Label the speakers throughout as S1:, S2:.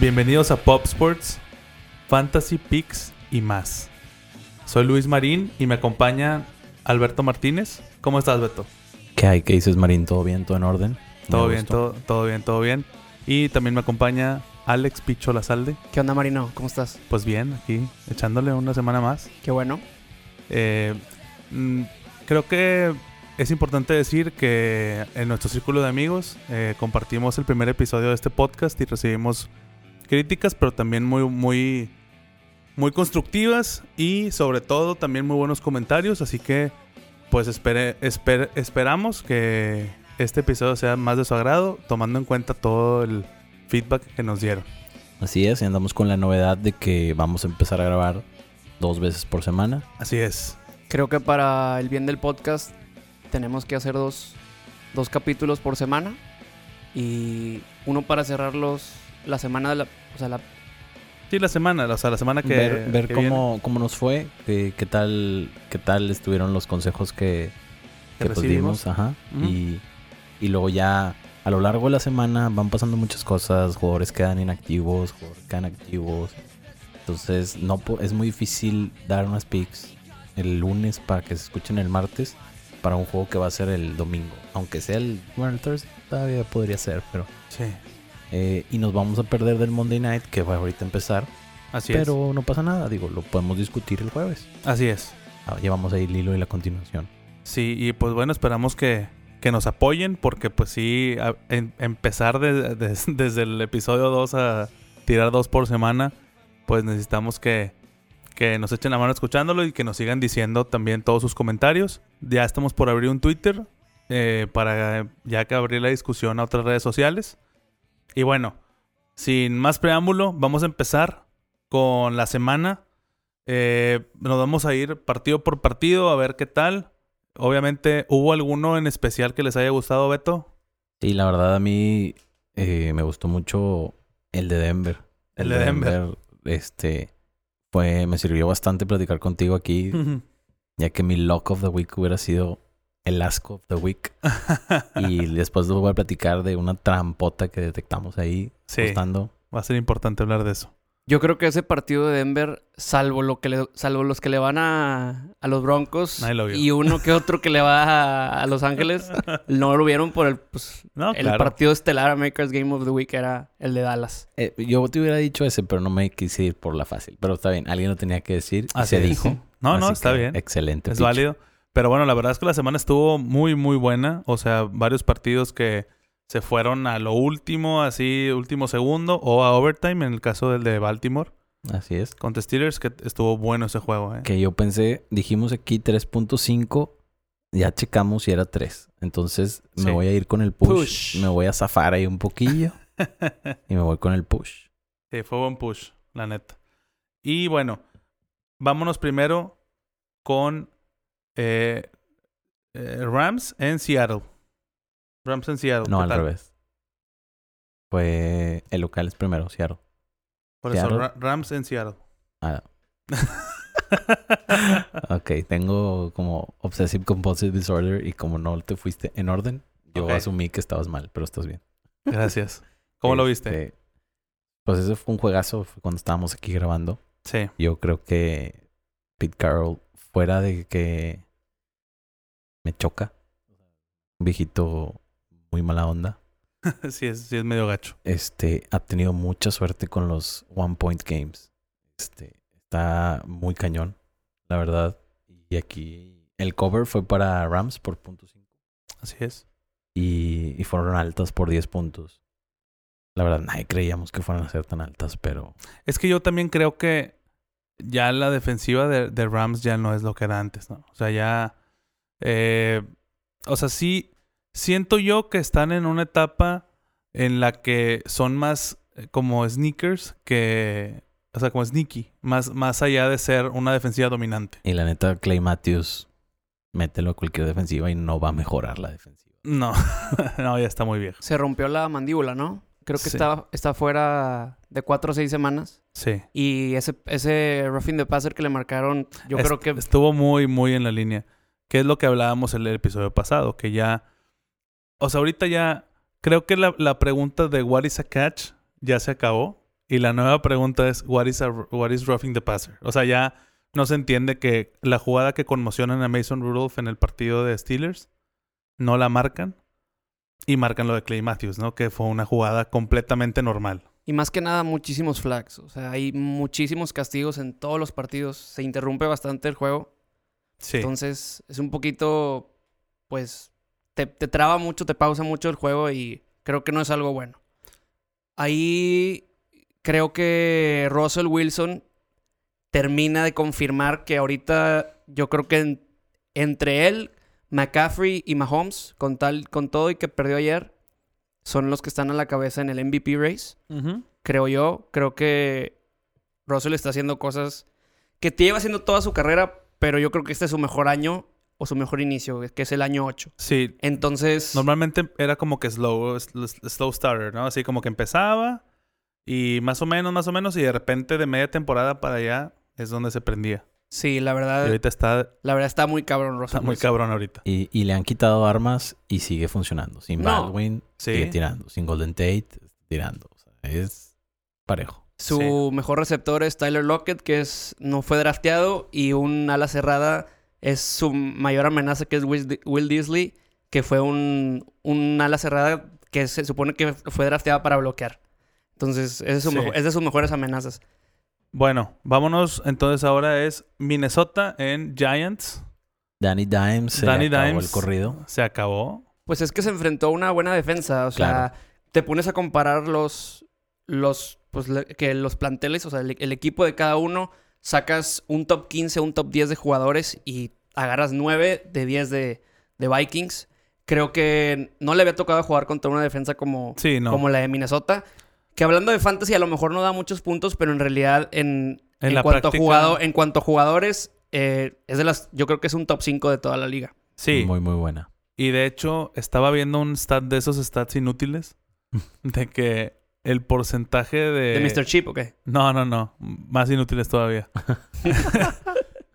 S1: Bienvenidos a Pop Sports, Fantasy Picks y más. Soy Luis Marín y me acompaña Alberto Martínez. ¿Cómo estás, Beto?
S2: ¿Qué hay? ¿Qué dices, Marín? ¿Todo bien? ¿Todo en orden? Me
S1: Todo bien,
S2: gusto.
S1: todo, todo bien, todo bien. Y también me acompaña Alex Picho Lazalde.
S3: ¿Qué onda, Marino? ¿Cómo estás?
S1: Pues bien, aquí echándole una semana más.
S3: Qué bueno.
S1: Eh, mm, creo que es importante decir que en nuestro círculo de amigos eh, compartimos el primer episodio de este podcast y recibimos críticas, pero también muy, muy, muy constructivas y sobre todo también muy buenos comentarios. Así que, pues espere- esper- esperamos que este episodio sea más de su agrado, tomando en cuenta todo el feedback que nos dieron.
S2: Así es, y andamos con la novedad de que vamos a empezar a grabar dos veces por semana.
S1: Así es.
S3: Creo que para el bien del podcast tenemos que hacer dos, dos capítulos por semana y uno para cerrar los, la semana de la... O sea, la,
S1: Sí, la semana, o sea, la semana Ah, que.
S2: ver ver
S1: que viene,
S2: cómo, cómo nos fue, qué, qué tal, qué tal estuvieron los consejos que,
S1: que
S2: que, pues,
S1: recibimos.
S2: dimos, Ajá.
S1: Ujú.
S2: y, y luego ya a lo largo de la semana van pasando muchas cosas, jugadores quedan inactivos, jugadores quedan activos. Entonces no po- es muy difícil dar unas picks el lunes para que se escuchen el martes para un juego que va a ser el domingo. Aunque sea el, bueno, el Thursday todavía podría ser, pero...
S1: Sí,
S2: eh, y nos vamos a perder del Monday Night que va ahorita a empezar.
S1: así es.
S2: pero no pasa nada, digo, lo podemos discutir el jueves.
S1: Así es.
S2: Ah, Llevamos ahí el hilo y la continuación.
S1: Sí, y pues bueno, esperamos que, que nos apoyen porque pues sí, a- en- empezar de- des- desde el episodio 2 a tirar dos por semana, pues necesitamos que, que nos echen la mano escuchándolo y que nos sigan diciendo también todos sus comentarios. Ya estamos por abrir un Twitter eh, para ya que abrir la discusión a otras redes sociales. Y bueno, sin más preámbulo, vamos a empezar con la semana. Eh, nos vamos a ir partido por partido a ver qué tal. Obviamente, ¿hubo alguno en especial que les haya gustado, Beto?
S2: Sí, la verdad a mí eh, me gustó mucho el de Denver.
S1: El de Denver.
S2: este, fue, me sirvió bastante platicar contigo aquí,
S1: Mm.
S2: ya que mi lock of the week hubiera sido el asco of the week. y después luego voy a platicar de una trampota que detectamos ahí,
S1: sí,
S2: apostando.
S1: va a ser importante hablar de eso.
S3: yo creo que ese partido de Denver, salvo, lo que le- salvo los que le van a, a los Broncos
S1: Nadie lo vio.
S3: y uno que otro que le va a, a Los Ángeles, no lo vieron por el, pues,
S1: No,
S3: el
S1: Ah, claro.
S3: partido estelar a Makers Game of the Week, era el de Dallas.
S2: Eh, yo te hubiera dicho ese, pero no me quise ir por la fácil. Pero está bien, alguien lo tenía que decir y
S1: Así
S2: se
S1: es.
S2: dijo.
S1: No, no,
S2: Así
S1: está
S2: que,
S1: bien.
S2: Excelente.
S1: Es
S2: pitch.
S1: válido. Pero bueno, la verdad es que la semana estuvo muy, muy buena. O sea, varios partidos que se fueron a lo último, así, último segundo, o a overtime, en el caso del de Baltimore,
S2: Así es.
S1: contra Steelers, que estuvo bueno ese juego. ¿eh?
S2: Que yo pensé, dijimos aquí 3.5, ya checamos y era 3. Entonces me
S1: Sí.
S2: voy a ir con el push,
S3: Push.
S2: me voy a zafar ahí un poquillo
S1: ¿eh?
S2: y me voy con el push.
S1: Sí, fue buen push, la neta. Y bueno, vámonos primero con eh, eh, Rams en Seattle. Rams en Seattle.
S2: No,
S1: ¿qué
S2: al
S1: tal?
S2: revés. Fue el local es primero, Seattle.
S1: Por eso,
S2: Seattle.
S1: Ra- Rams en Seattle.
S2: Ah. Ok, tengo como Obsessive Compulsive Disorder y como no te fuiste en orden, yo
S1: Ok.
S2: asumí que estabas mal, pero estás bien.
S1: Gracias. ¿Cómo lo viste?
S2: Este, Pues ese fue un juegazo fue cuando estábamos aquí grabando.
S1: Sí,
S2: Yo creo que Pete Carroll, fuera de que me choca, un viejito muy mala onda,
S1: sí es, sí es medio gacho.
S2: este, ha tenido mucha suerte con los One Point Games. Este, está muy cañón, la verdad. Y aquí el cover fue para Rams por punto cinco
S1: Así es.
S2: y, y fueron altas por 10 puntos. La verdad, nadie creíamos que fueran a ser tan altas, pero
S1: Es que yo también creo que ya la defensiva de, de Rams ya no es lo que era antes, ¿no? O sea, ya. eh, o sea, sí. Siento yo que están en una etapa en la que son más eh, como sneakers que. O sea, como sneaky. Más, más allá de ser una defensiva dominante.
S2: y la neta, Clay Matthews, mételo a cualquier defensiva y no va a mejorar la defensiva.
S1: No, no, ya está muy viejo.
S3: Se rompió la mandíbula, ¿no? Creo que
S1: Sí.
S3: está, está fuera de cuatro o seis semanas.
S1: Sí.
S3: Y ese, ese roughing the passer que le marcaron, yo
S1: Est-
S3: creo que
S1: Estuvo muy, muy en la línea. Que es lo que hablábamos en el episodio pasado, que ya... O sea, ahorita ya... Creo que la, la pregunta de What is a catch ya se acabó. Y la nueva pregunta es, what is, a- what is roughing the passer? O sea, ya no se entiende que la jugada que conmocionan a Mason Rudolph en el partido de Steelers, no la marcan. Y marcan lo de Clay Matthews, ¿no? Que fue una jugada completamente normal.
S3: Y más que nada, muchísimos flags. O sea, hay muchísimos castigos en todos los partidos. Se interrumpe bastante el juego.
S1: Sí.
S3: Entonces, es un poquito, pues, te, te traba mucho, te pausa mucho el juego y creo que no es algo bueno. Ahí creo que Russell Wilson termina de confirmar que ahorita yo creo que en- entre él, McCaffrey y Mahomes, con, tal, con todo y que perdió ayer, son los que están a la cabeza en el MVP race creo yo. Creo que Russell está haciendo cosas que lleva haciendo toda su carrera, pero yo creo que este es su mejor año o su mejor inicio, que es el año 8.
S1: Sí,
S3: Entonces,
S1: Normalmente era como que slow, sl- sl- slow starter, ¿no? Así como que empezaba y más o menos, más o menos, y de repente de media temporada para allá es donde se prendía.
S3: sí, la
S1: Y
S3: verdad,
S1: ahorita está,
S3: la verdad está muy cabrón Russell.
S1: está muy
S3: Wilson.
S1: cabrón ahorita.
S2: Y, y le han quitado armas y sigue funcionando. Sin
S3: No.
S2: Baldwin, sigue
S1: Sí.
S2: tirando. Sin Golden Tate, tirando. O sea, es parejo.
S3: Su mejor receptor es Tyler Lockett, que es, no fue drafteado, y un ala cerrada es su mayor amenaza, que es Will Di- Will Disley, que fue un, un ala cerrada que se supone que fue drafteada para bloquear. Entonces, es, su
S1: Sí.
S3: mejo- es de sus mejores amenazas.
S1: Bueno, vámonos entonces ahora es Minnesota en Giants.
S2: Danny Dimes se
S1: Danny
S2: le acabó
S1: Dimes.
S2: el corrido.
S1: Se acabó.
S3: Pues es que se enfrentó a una buena defensa. O sea,
S2: Claro.
S3: te pones a comparar los. los pues, le- que los planteles, o sea, el, el equipo de cada uno, sacas un top 15, un top 10 de jugadores y agarras 9 de 10 de, de Vikings. Creo que no le había tocado jugar contra una defensa como,
S1: Sí, no.
S3: como la de Minnesota. Que hablando de fantasy, a lo mejor no da muchos puntos, pero en realidad, en,
S1: En
S3: en
S1: la
S3: cuanto, a
S1: práctica-
S3: jugado, eh. en cuanto a jugadores, eh, es de las, yo creo que es un top 5 de toda la liga.
S1: Sí.
S2: Muy, muy buena.
S1: Y de hecho, estaba viendo un stat de esos stats inútiles de que el porcentaje de.
S3: ¿De Mr. Chip o qué?
S1: No, no, no. Más inútiles todavía.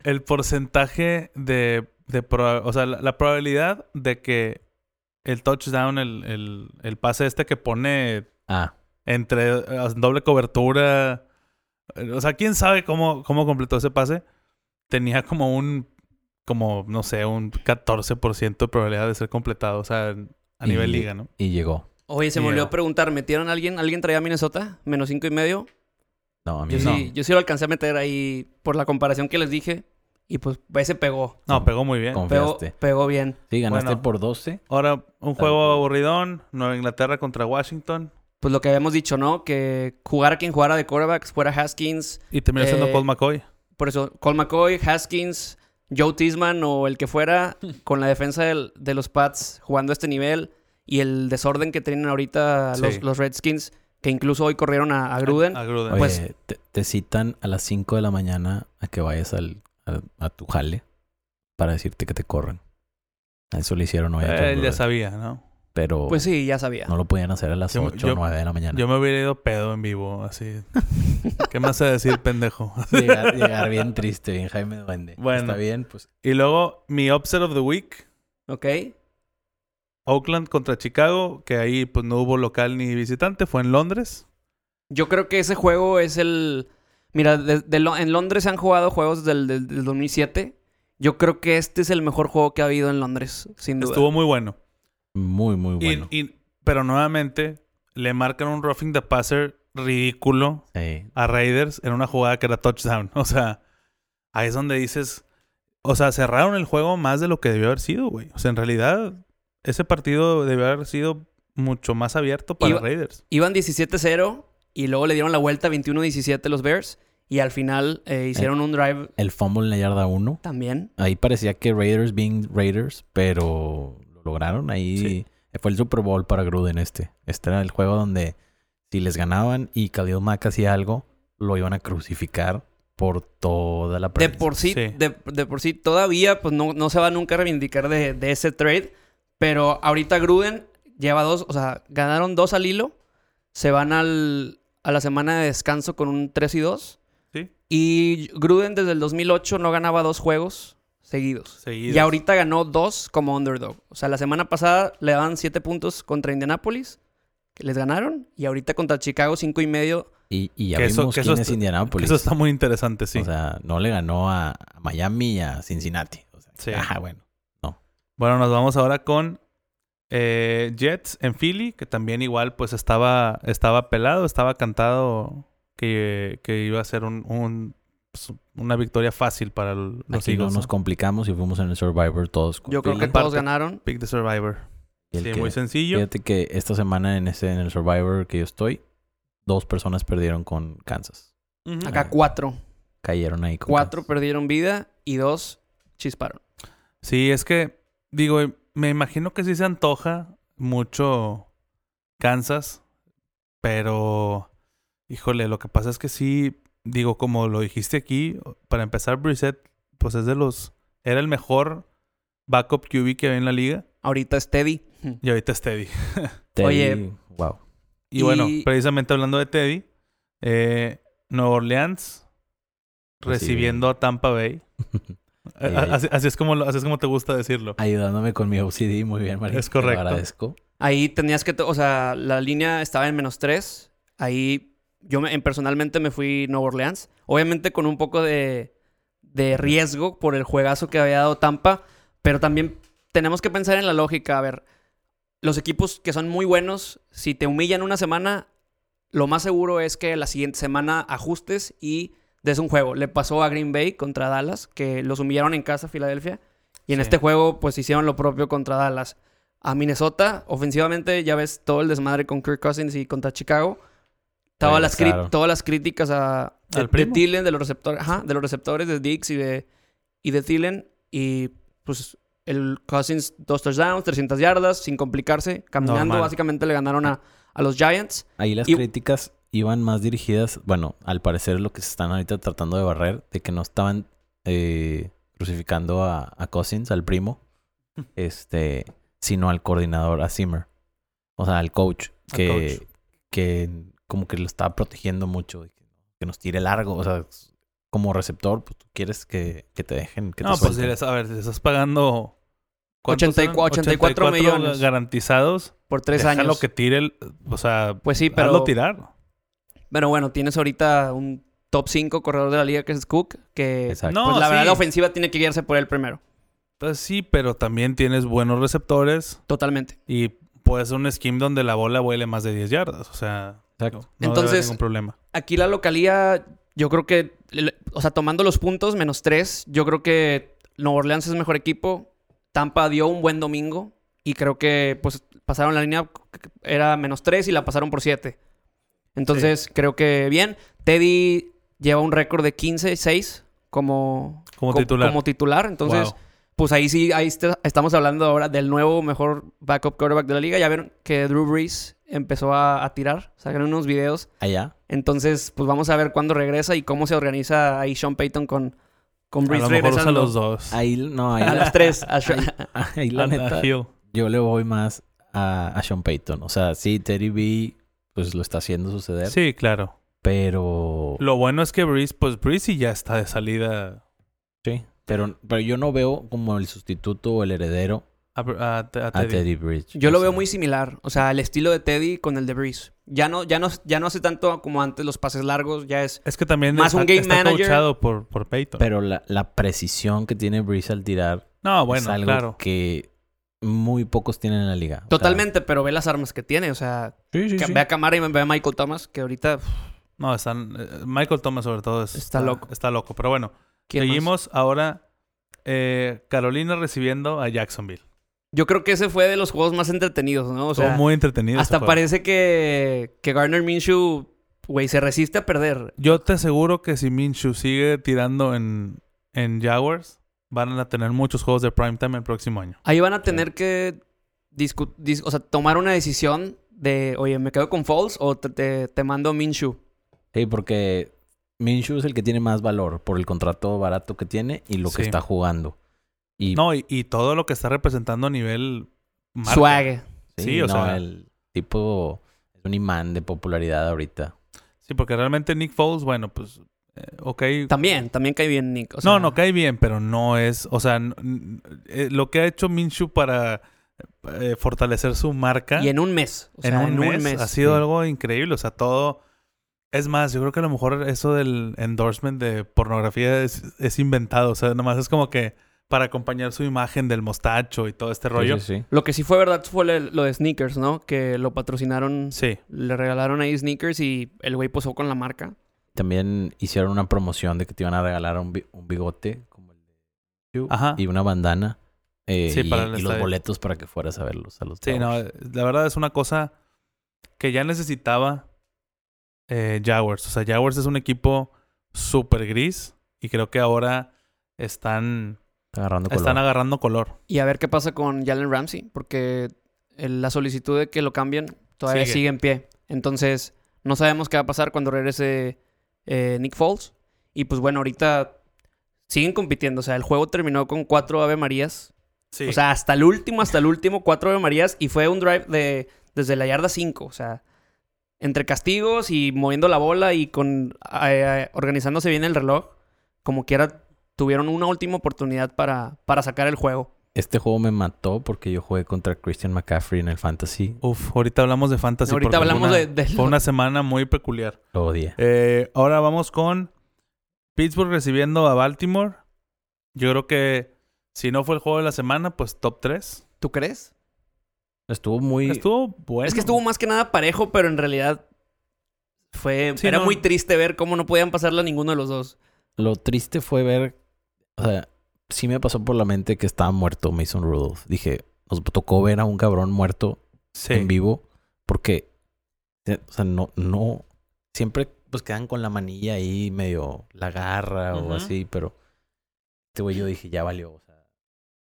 S1: el porcentaje de, de proba- o sea, la, la probabilidad de que el touchdown, el, el, el pase este que pone
S2: Ah,
S1: entre eh, doble cobertura, eh, o sea, quién sabe cómo, cómo completó ese pase, tenía como un, como, no sé, un 14% de probabilidad de ser completado, o sea, a
S2: Y-
S1: nivel liga, ¿no?
S2: y llegó.
S3: Oye, se me
S1: Y
S3: olvidó
S1: ya.
S3: preguntar, ¿metieron a alguien? ¿Alguien traía a Minnesota? Menos cinco y medio.
S2: No, a mí
S3: Yo,
S2: no.
S3: sí, yo sí lo alcancé a meter ahí por la comparación que les dije. Y pues ese pegó.
S1: No, pegó muy bien.
S3: Pegó,
S2: Confiaste.
S3: pegó bien.
S2: Sí, ganaste
S1: Bueno.
S2: por 12.
S1: Ahora, un juego
S2: cual.
S1: aburridón, Nueva Inglaterra contra Washington.
S3: Pues lo que habíamos dicho, ¿no? Que jugar a quien jugara de quarterbacks fuera Haskins.
S1: Y terminó siendo
S3: Eh,
S1: Colt McCoy.
S3: Por eso, Cole McCoy, Haskins, Joe Tisman o el que fuera, con la defensa del- de los Pats jugando a este nivel y el desorden que tienen ahorita
S1: Sí.
S3: los, los Redskins, que incluso hoy corrieron a, a Gruden.
S1: A Gruden.
S2: Oye,
S1: Pues,
S3: Pues-
S2: te, te citan a las 5 de la mañana a que vayas al, a, a tu jale para decirte que te corren. A Eso lo hicieron hoy. a Tom
S1: Eh, él ya
S2: Brady,
S1: sabía, ¿no?
S2: Pero
S3: Pues sí, ya sabía.
S2: no lo podían hacer a las
S1: Yo-
S2: 8
S1: yo-
S2: o 9 de la mañana.
S1: Yo me hubiera ido pedo en vivo, así. ¿Qué más a decir, pendejo?
S2: llegar, llegar bien triste, bien Jaime Duende.
S1: Bueno.
S2: Está bien, pues
S1: Y luego, mi upset of the week,
S3: ¿Ok?
S1: Oakland contra Chicago, que ahí pues no hubo local ni visitante, fue en Londres.
S3: Yo creo que ese juego es el... Mira, de- de Lo- en Londres se han jugado juegos del, del- del 2007. Yo creo que este es el mejor juego que ha habido en Londres, sin duda.
S1: Estuvo muy bueno.
S2: muy, muy
S1: Y-
S2: bueno.
S1: y- pero nuevamente, le marcan un roughing the passer ridículo
S2: Sí.
S1: a Raiders en una jugada que era touchdown. O sea, ahí es donde dices, o sea, cerraron el juego más de lo que debió haber sido, güey. O sea, en realidad, ese partido debió haber sido mucho más abierto para
S3: Iba-
S1: Raiders.
S3: Iban 17-0 y luego le dieron la vuelta 21-17 los Bears. Y al final eh, hicieron un drive
S2: El fumble en la yarda 1.
S3: también.
S2: Ahí parecía que Raiders being Raiders, pero lo lograron. Ahí
S1: Sí.
S2: fue el Super Bowl para Gruden este. Este era el juego donde si les ganaban y Khalil Mack hacía algo, lo iban a crucificar por toda la
S3: De
S2: prensa.
S3: por sí,
S1: Pues, Sí.
S3: De, de por sí, todavía pues no, no se va nunca a reivindicar de, de ese trade. Pero ahorita Gruden lleva dos, o sea, ganaron dos al hilo. Se van al, a la semana de descanso con un 3 y 2.
S1: Sí,
S3: Y Gruden desde el 2008 no ganaba dos juegos seguidos.
S1: seguido.
S3: Y ahorita ganó dos como underdog. O sea, la semana pasada le daban siete puntos contra Indianapolis. que les ganaron. Y ahorita contra Chicago, cinco y medio.
S2: Y, y ya
S1: Que eso-
S2: vimos
S1: que eso
S2: quién es
S1: está-
S2: Indianapolis.
S1: Eso está muy interesante, sí.
S2: O sea, no le ganó a a Miami y a Cincinnati. O sea,
S1: Sí.
S2: ajá, bueno.
S1: Bueno, nos vamos ahora con eh, Jets en Philly, que también igual pues estaba, estaba pelado, estaba cantado que, que iba a ser un, un- pues, una victoria fácil para el- los
S2: Aquí no
S1: Eagles.
S2: nos
S1: ¿no?
S2: complicamos y fuimos en el Survivor todos. con
S3: Yo creo
S2: Philly.
S3: que
S1: Aparte-
S3: todos ganaron.
S1: Pick the Survivor.
S2: Y el
S1: Sí,
S2: que-
S1: muy sencillo.
S2: Fíjate que esta semana en ese en el Survivor que yo estoy, dos personas perdieron con Kansas.
S1: Ujú.
S3: Acá cuatro.
S2: Cayeron ahí con
S3: Cuatro
S2: Kansas.
S3: perdieron vida y dos chisparon.
S1: Sí, es que, digo, em, me imagino que sí se antoja mucho Kansas, pero, híjole, lo que pasa es que sí, digo, como lo dijiste aquí, para empezar, Brissett, pues es de los, era el mejor backup QB que había en la liga,
S3: Ahorita es Teddy.
S1: y ahorita es Teddy.
S2: Teddy,
S3: Oye.
S2: wow.
S1: Y, bueno,
S3: Y-
S1: precisamente hablando de Teddy, eh, Nueva Orleans recibiendo a Tampa Bay. A- a- Así, así es como, lo- así es como te gusta decirlo.
S2: Ayudándome con mi OCD, muy bien, María.
S1: Es correcto.
S2: Te lo agradezco.
S3: Ahí tenías que, to- o sea, la línea estaba en menos 3. Ahí yo me- en- personalmente me fui Nueva Orleans. Obviamente con un poco de, de riesgo por el juegazo que había dado Tampa. Pero también tenemos que pensar en la lógica. A ver, los equipos que son muy buenos, si te humillan una semana, lo más seguro es que la siguiente semana ajustes y des un juego. Le pasó a Green Bay contra Dallas, que los humillaron en casa Filadelfia. Y en
S1: Sí.
S3: este juego, pues hicieron lo propio contra Dallas. A Minnesota, ofensivamente, ya ves todo el desmadre con Kirk Cousins y contra Chicago. Todas, las, cri-
S2: Regresaron.
S3: todas las críticas a, de,
S1: Pues, Al
S3: de
S1: primo.
S3: Thielen, de los receptores, ajá, de los receptores de Dix y de, y de Thielen. Y pues el Cousins, dos touchdowns, 300 yardas, sin complicarse, caminando.
S1: Normal.
S3: Básicamente le ganaron a, a los Giants.
S2: Ahí las
S3: Y-
S2: críticas iban más dirigidas, bueno, al parecer lo que se están ahorita tratando de barrer, de que no estaban eh, crucificando a, a Cousins, al primo, este, sino al coordinador, a Zimmer. O sea, al coach,
S1: Al
S2: que,
S1: coach.
S2: que como que lo estaba protegiendo mucho, y que, que nos tire largo. O sea, como receptor, pues tú quieres que, que te dejen, que te
S1: no, pues
S2: suelten.
S1: eres- a ver, te estás pagando... ¿cuántos
S3: 84
S1: eran?
S3: 84 millones.
S1: garantizados.
S3: por tres
S1: Déjalo
S3: años.
S1: que tire el... O sea,
S3: Pues sí,
S1: hazlo
S3: pero,
S1: tirar.
S3: pero bueno, tienes ahorita un top 5 corredor de la liga que es Cook, que
S2: Exacto.
S1: No,
S3: pues, la
S1: sí.
S3: verdad la ofensiva tiene que guiarse por él primero.
S1: Pues sí, pero también tienes buenos receptores
S3: Totalmente.
S1: y puede ser un scheme donde la bola vuele más de 10 yardas. O sea, no,
S2: Exacto.
S1: no debe haber
S3: Entonces-
S1: ningún problema.
S3: Aquí la localía, yo creo que, el- o sea, tomando los puntos, menos 3, yo creo que Nueva Orleans es mejor equipo. Tampa dio un buen domingo y creo que pues pasaron la línea, era menos 3 y la pasaron por 7. Entonces, creo que bien. Teddy lleva un récord de 15-6 como,
S1: Como
S3: co-
S1: titular.
S3: Como titular, entonces...
S1: Wow.
S3: pues ahí sí, ahí está- estamos hablando ahora del nuevo mejor backup quarterback de la liga. Ya vieron que Drew Brees empezó a, a tirar, sacaron unos videos.
S2: Allá.
S3: Entonces, pues vamos a ver cuándo regresa y cómo se organiza ahí Sean Payton con, con
S1: A
S3: Brees
S1: lo mejor usa
S3: regresando.
S1: los dos.
S2: Ahí, no, ahí
S3: A
S2: la,
S3: los tres. a Sean-
S2: ahí la
S1: Al-
S2: neta.
S1: a Hill.
S2: yo le voy más a, a Sean Payton. O sea, sí, Teddy B, pues lo está haciendo suceder,
S1: Sí, claro.
S2: pero...
S1: Lo bueno es que Breeze, pues Breeze sí ya está de salida
S2: Sí. Pero, pero yo no veo como el sustituto o el heredero
S1: a, a- a Teddy.
S2: a Teddy Bridge.
S3: Yo
S2: O
S3: lo
S2: sea,
S3: veo muy similar. O sea, el estilo de Teddy con el de Brees. Ya no, ya no, ya no hace tanto como antes los pases largos. Ya es
S1: Es que también
S3: Más
S1: está,
S3: un game
S1: está
S3: manager.
S1: coachado por, por Payton.
S2: Pero la, la precisión que tiene Breeze al tirar
S1: no,
S2: es
S1: bueno,
S2: algo
S1: claro.
S2: que muy pocos tienen en la liga. O sea,
S3: totalmente, pero ve las armas que tiene. O sea,
S2: sí, sí,
S3: que-
S2: sí.
S3: ve a Camara y ve a Michael Thomas, que ahorita... pff,
S1: No, están... eh, Michael Thomas sobre todo es-
S3: Está loco.
S1: Está loco, pero bueno.
S3: ¿quién más?
S1: Seguimos ahora eh, Carolina recibiendo a Jacksonville.
S3: Yo creo que ese fue de los juegos más entretenidos, ¿no? O
S1: Estuvo
S3: sea,
S1: muy entretenido. ese
S3: Hasta
S1: juego.
S3: parece que, que Garner Minshew, güey, se resiste a perder.
S1: Yo te aseguro que si Minshew sigue tirando en, en Jaguars, van a tener muchos juegos de primetime el próximo año.
S3: Ahí van a tener que discu- dis- o sea, tomar una decisión de, oye, ¿me quedo con Falls o te, te, te mando Minshew?
S2: Sí, porque Minshew es el que tiene más valor por el contrato barato que tiene y lo
S1: Sí.
S2: que está jugando. Y
S1: No, y, y todo lo que está representando a nivel... marca.
S3: Swag.
S2: sí,
S1: sí, o
S2: no,
S1: sea-
S2: el tipo es un imán de popularidad ahorita.
S1: Sí, porque realmente Nick Foles, bueno, pues, eh, ok.
S3: También, también cae bien Nick. o sea,
S1: no, no cae bien, pero no es, o sea, n- n- eh, lo que ha hecho Minshew para eh, fortalecer su marca
S3: Y en un mes. O sea,
S1: en, un, mes, ha sido algo increíble. O sea, todo. Es más, yo creo que a lo mejor eso del endorsement de pornografía es, es inventado. O sea, nomás es como que para acompañar su imagen del mostacho y todo este rollo.
S2: Sí, sí, sí.
S3: Lo que sí fue verdad fue lo- lo de sneakers, ¿no? Que lo patrocinaron,
S1: Sí,
S3: le regalaron ahí sneakers y el güey posó con la marca.
S2: También hicieron una promoción de que te iban a regalar un, bi- un bigote como el de Yu,
S1: Ajá.
S2: y una bandana. eh,
S1: Ah. Sí,
S2: y,
S1: para el
S2: y los
S1: estadio.
S2: boletos para que fueras a verlos a los
S1: sí, no,
S2: Jaguars.
S1: la verdad es una cosa que ya necesitaba eh, Jaguars. O sea, Jaguars es un equipo súper gris y creo que ahora están,
S2: Está agarrando color.
S1: están agarrando color.
S3: Y a ver qué pasa con Jalen Ramsey, porque el- la solicitud de que lo cambien todavía
S1: Sigue.
S3: sigue, en pie. Entonces, no sabemos qué va a pasar cuando regrese eh, Nick Foles. Y pues bueno, ahorita siguen compitiendo. O sea, el juego terminó con cuatro Ave Marías.
S1: Sí.
S3: O sea, hasta el último, hasta el último, cuatro Ave Marías. Y fue un drive de desde la yarda 5. O sea, entre castigos y moviendo la bola y con eh, organizándose bien el reloj, como quiera, tuvieron una última oportunidad para, para sacar el juego.
S2: Este juego me mató porque yo jugué contra Christian McCaffrey en el Fantasy.
S1: Uf, ahorita hablamos de fantasy.
S3: Ahorita
S1: porque fue
S3: hablamos
S1: una-
S3: de, de
S1: Fue
S3: lo-
S1: una semana muy peculiar.
S2: Lo odié.
S1: Eh, ahora vamos con Pittsburgh recibiendo a Baltimore. Yo creo que si no fue el juego de la semana, pues top 3.
S3: ¿Tú crees?
S2: Estuvo muy...
S1: Estuvo bueno.
S3: es que estuvo más que nada parejo, pero en realidad fue
S1: Sí,
S3: era
S1: no.
S3: muy triste ver cómo no podían pasarla a ninguno de los dos.
S2: Lo triste fue ver... O sea, sí me pasó por la mente que estaba muerto Mason Rudolph. Dije, nos tocó ver a un cabrón muerto
S1: Sí.
S2: en vivo porque... eh, O sea, no... no siempre pues quedan con la manilla ahí medio... La garra
S1: Ujú.
S2: o así, pero... Este güey yo dije, ya valió. O sea,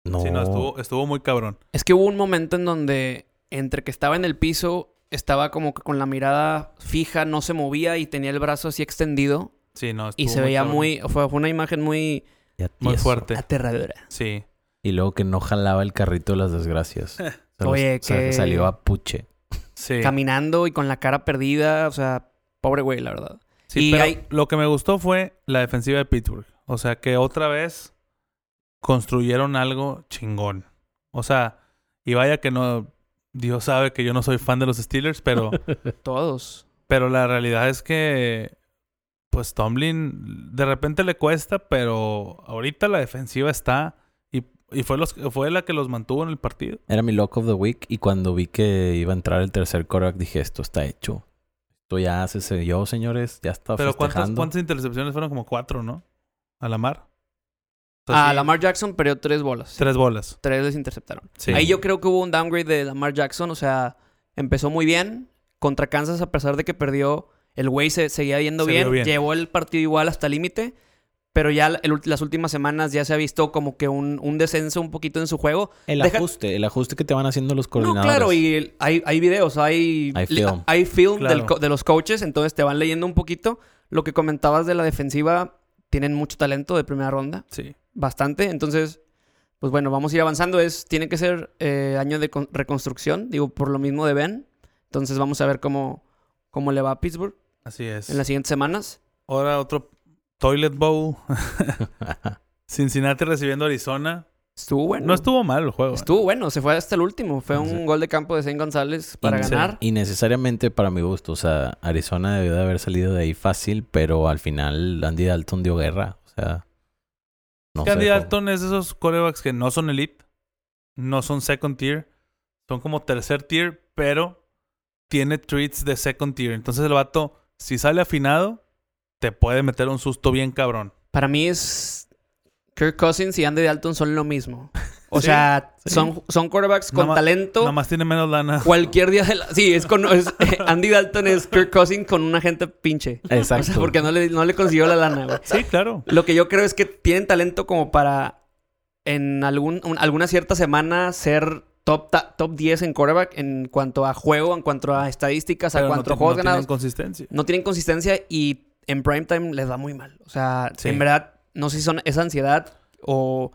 S2: no...
S1: Sí, no, estuvo, estuvo muy cabrón.
S3: Es que hubo un momento en donde entre que estaba en el piso, estaba como que con la mirada fija, no se movía y tenía el brazo así extendido
S1: Sí, no, estuvo
S3: y se veía
S1: cabrón.
S3: muy fue, fue una imagen muy
S2: ya
S1: Muy
S2: tieso.
S1: fuerte.
S3: Ah, aterradora.
S1: Sí.
S2: Y luego que no jalaba el carrito de las desgracias. Se
S3: Oye,
S2: los- se-
S3: que-
S2: Salió a puche.
S1: Sí.
S3: Caminando y con la cara perdida, o sea, pobre güey, la verdad.
S1: Sí,
S3: Y
S1: pero
S3: hay-
S1: lo que me gustó fue la defensiva de Pittsburgh. O sea, que otra vez construyeron algo chingón. O sea, y vaya que no... Dios sabe que yo no soy fan de los Steelers, pero...
S3: Todos.
S1: Pero la realidad es que, pues Tomlin de repente le cuesta, pero ahorita la defensiva está y, y fue, los, fue la que los mantuvo en el partido.
S2: Era mi lock of the week y cuando vi que iba a entrar el tercer coreback dije, esto está hecho. Esto ya se selló, señores. Ya está
S1: Pero ¿cuántas,
S2: festejando.
S1: cuántas intercepciones fueron? Como cuatro, ¿no? A la mar. O sea,
S3: A
S1: Pues sí,
S3: Ah, Lamar Jackson perdió tres bolas.
S1: Tres bolas.
S3: Tres les interceptaron.
S1: Sí.
S3: Ahí yo creo que hubo un downgrade de Lamar Jackson. O sea, empezó muy bien contra Kansas a pesar de que perdió. El güey se seguía yendo
S1: Se vio
S3: bien,
S1: bien.
S3: Llevó el partido igual hasta el límite. Pero ya el ult- las últimas semanas ya se ha visto como que un, un descenso un poquito en su juego.
S2: El
S3: Deja-
S2: ajuste, el ajuste que te van haciendo los
S3: No,
S2: coordinadores.
S3: claro, y el- hay, hay videos, hay,
S2: pues. Hay film.
S3: hay film del
S1: Claro.
S3: co- de los coaches, entonces te van leyendo un poquito. Lo que comentabas de la defensiva, tienen mucho talento de primera ronda
S1: Sí.
S3: bastante. Entonces, pues bueno, vamos a ir avanzando. Es, tiene que ser eh, año de con- reconstrucción, digo, por lo mismo de Ben. Entonces vamos a ver cómo, cómo le va a Pittsburgh
S1: Así es.
S3: en las siguientes semanas.
S1: Ahora otro Toilet Bowl. Cincinnati recibiendo a Arizona.
S3: Estuvo bueno.
S1: No estuvo mal el juego. ¿eh?
S3: Estuvo bueno, se fue hasta el último. Fue un
S2: Sí.
S3: gol de campo de Zane González para
S1: Sí.
S3: ganar.
S2: Y necesariamente para mi gusto. O sea, Arizona debió de haber salido de ahí fácil, pero al final Andy Dalton dio guerra. O sea, no
S1: que Andy
S2: sé,
S1: Dalton es de esos corebacks que no son elite, no son second tier, son como tercer tier, pero tiene treats de second tier. Entonces el vato, si sale afinado, te puede meter un susto bien cabrón.
S3: Para mí es. Kirk Cousins y Andy Dalton son lo mismo. O
S1: Sí,
S3: sea,
S2: sí.
S3: son, son quarterbacks con
S1: Nada más-
S3: talento.
S1: Nada más tiene menos lana.
S3: Cualquier día de la... Sí, es con... es- Andy Dalton es Kirk Cousins con una gente pinche.
S2: Exacto.
S3: O sea, porque no le, no le consiguió la lana, güey.
S1: Sí, claro.
S3: Lo que yo creo es que tienen talento como para en algún, un- alguna cierta semana ser top, ta- top 10 en quarterback en cuanto a juego, en cuanto a estadísticas, a
S1: Pero no
S3: cuanto
S1: ti-
S3: a juegos
S1: no tienen
S3: ganados.
S1: consistencia.
S3: No tienen consistencia y en prime time les va muy mal. O sea,
S1: Sí.
S3: en verdad, no sé si son esa ansiedad o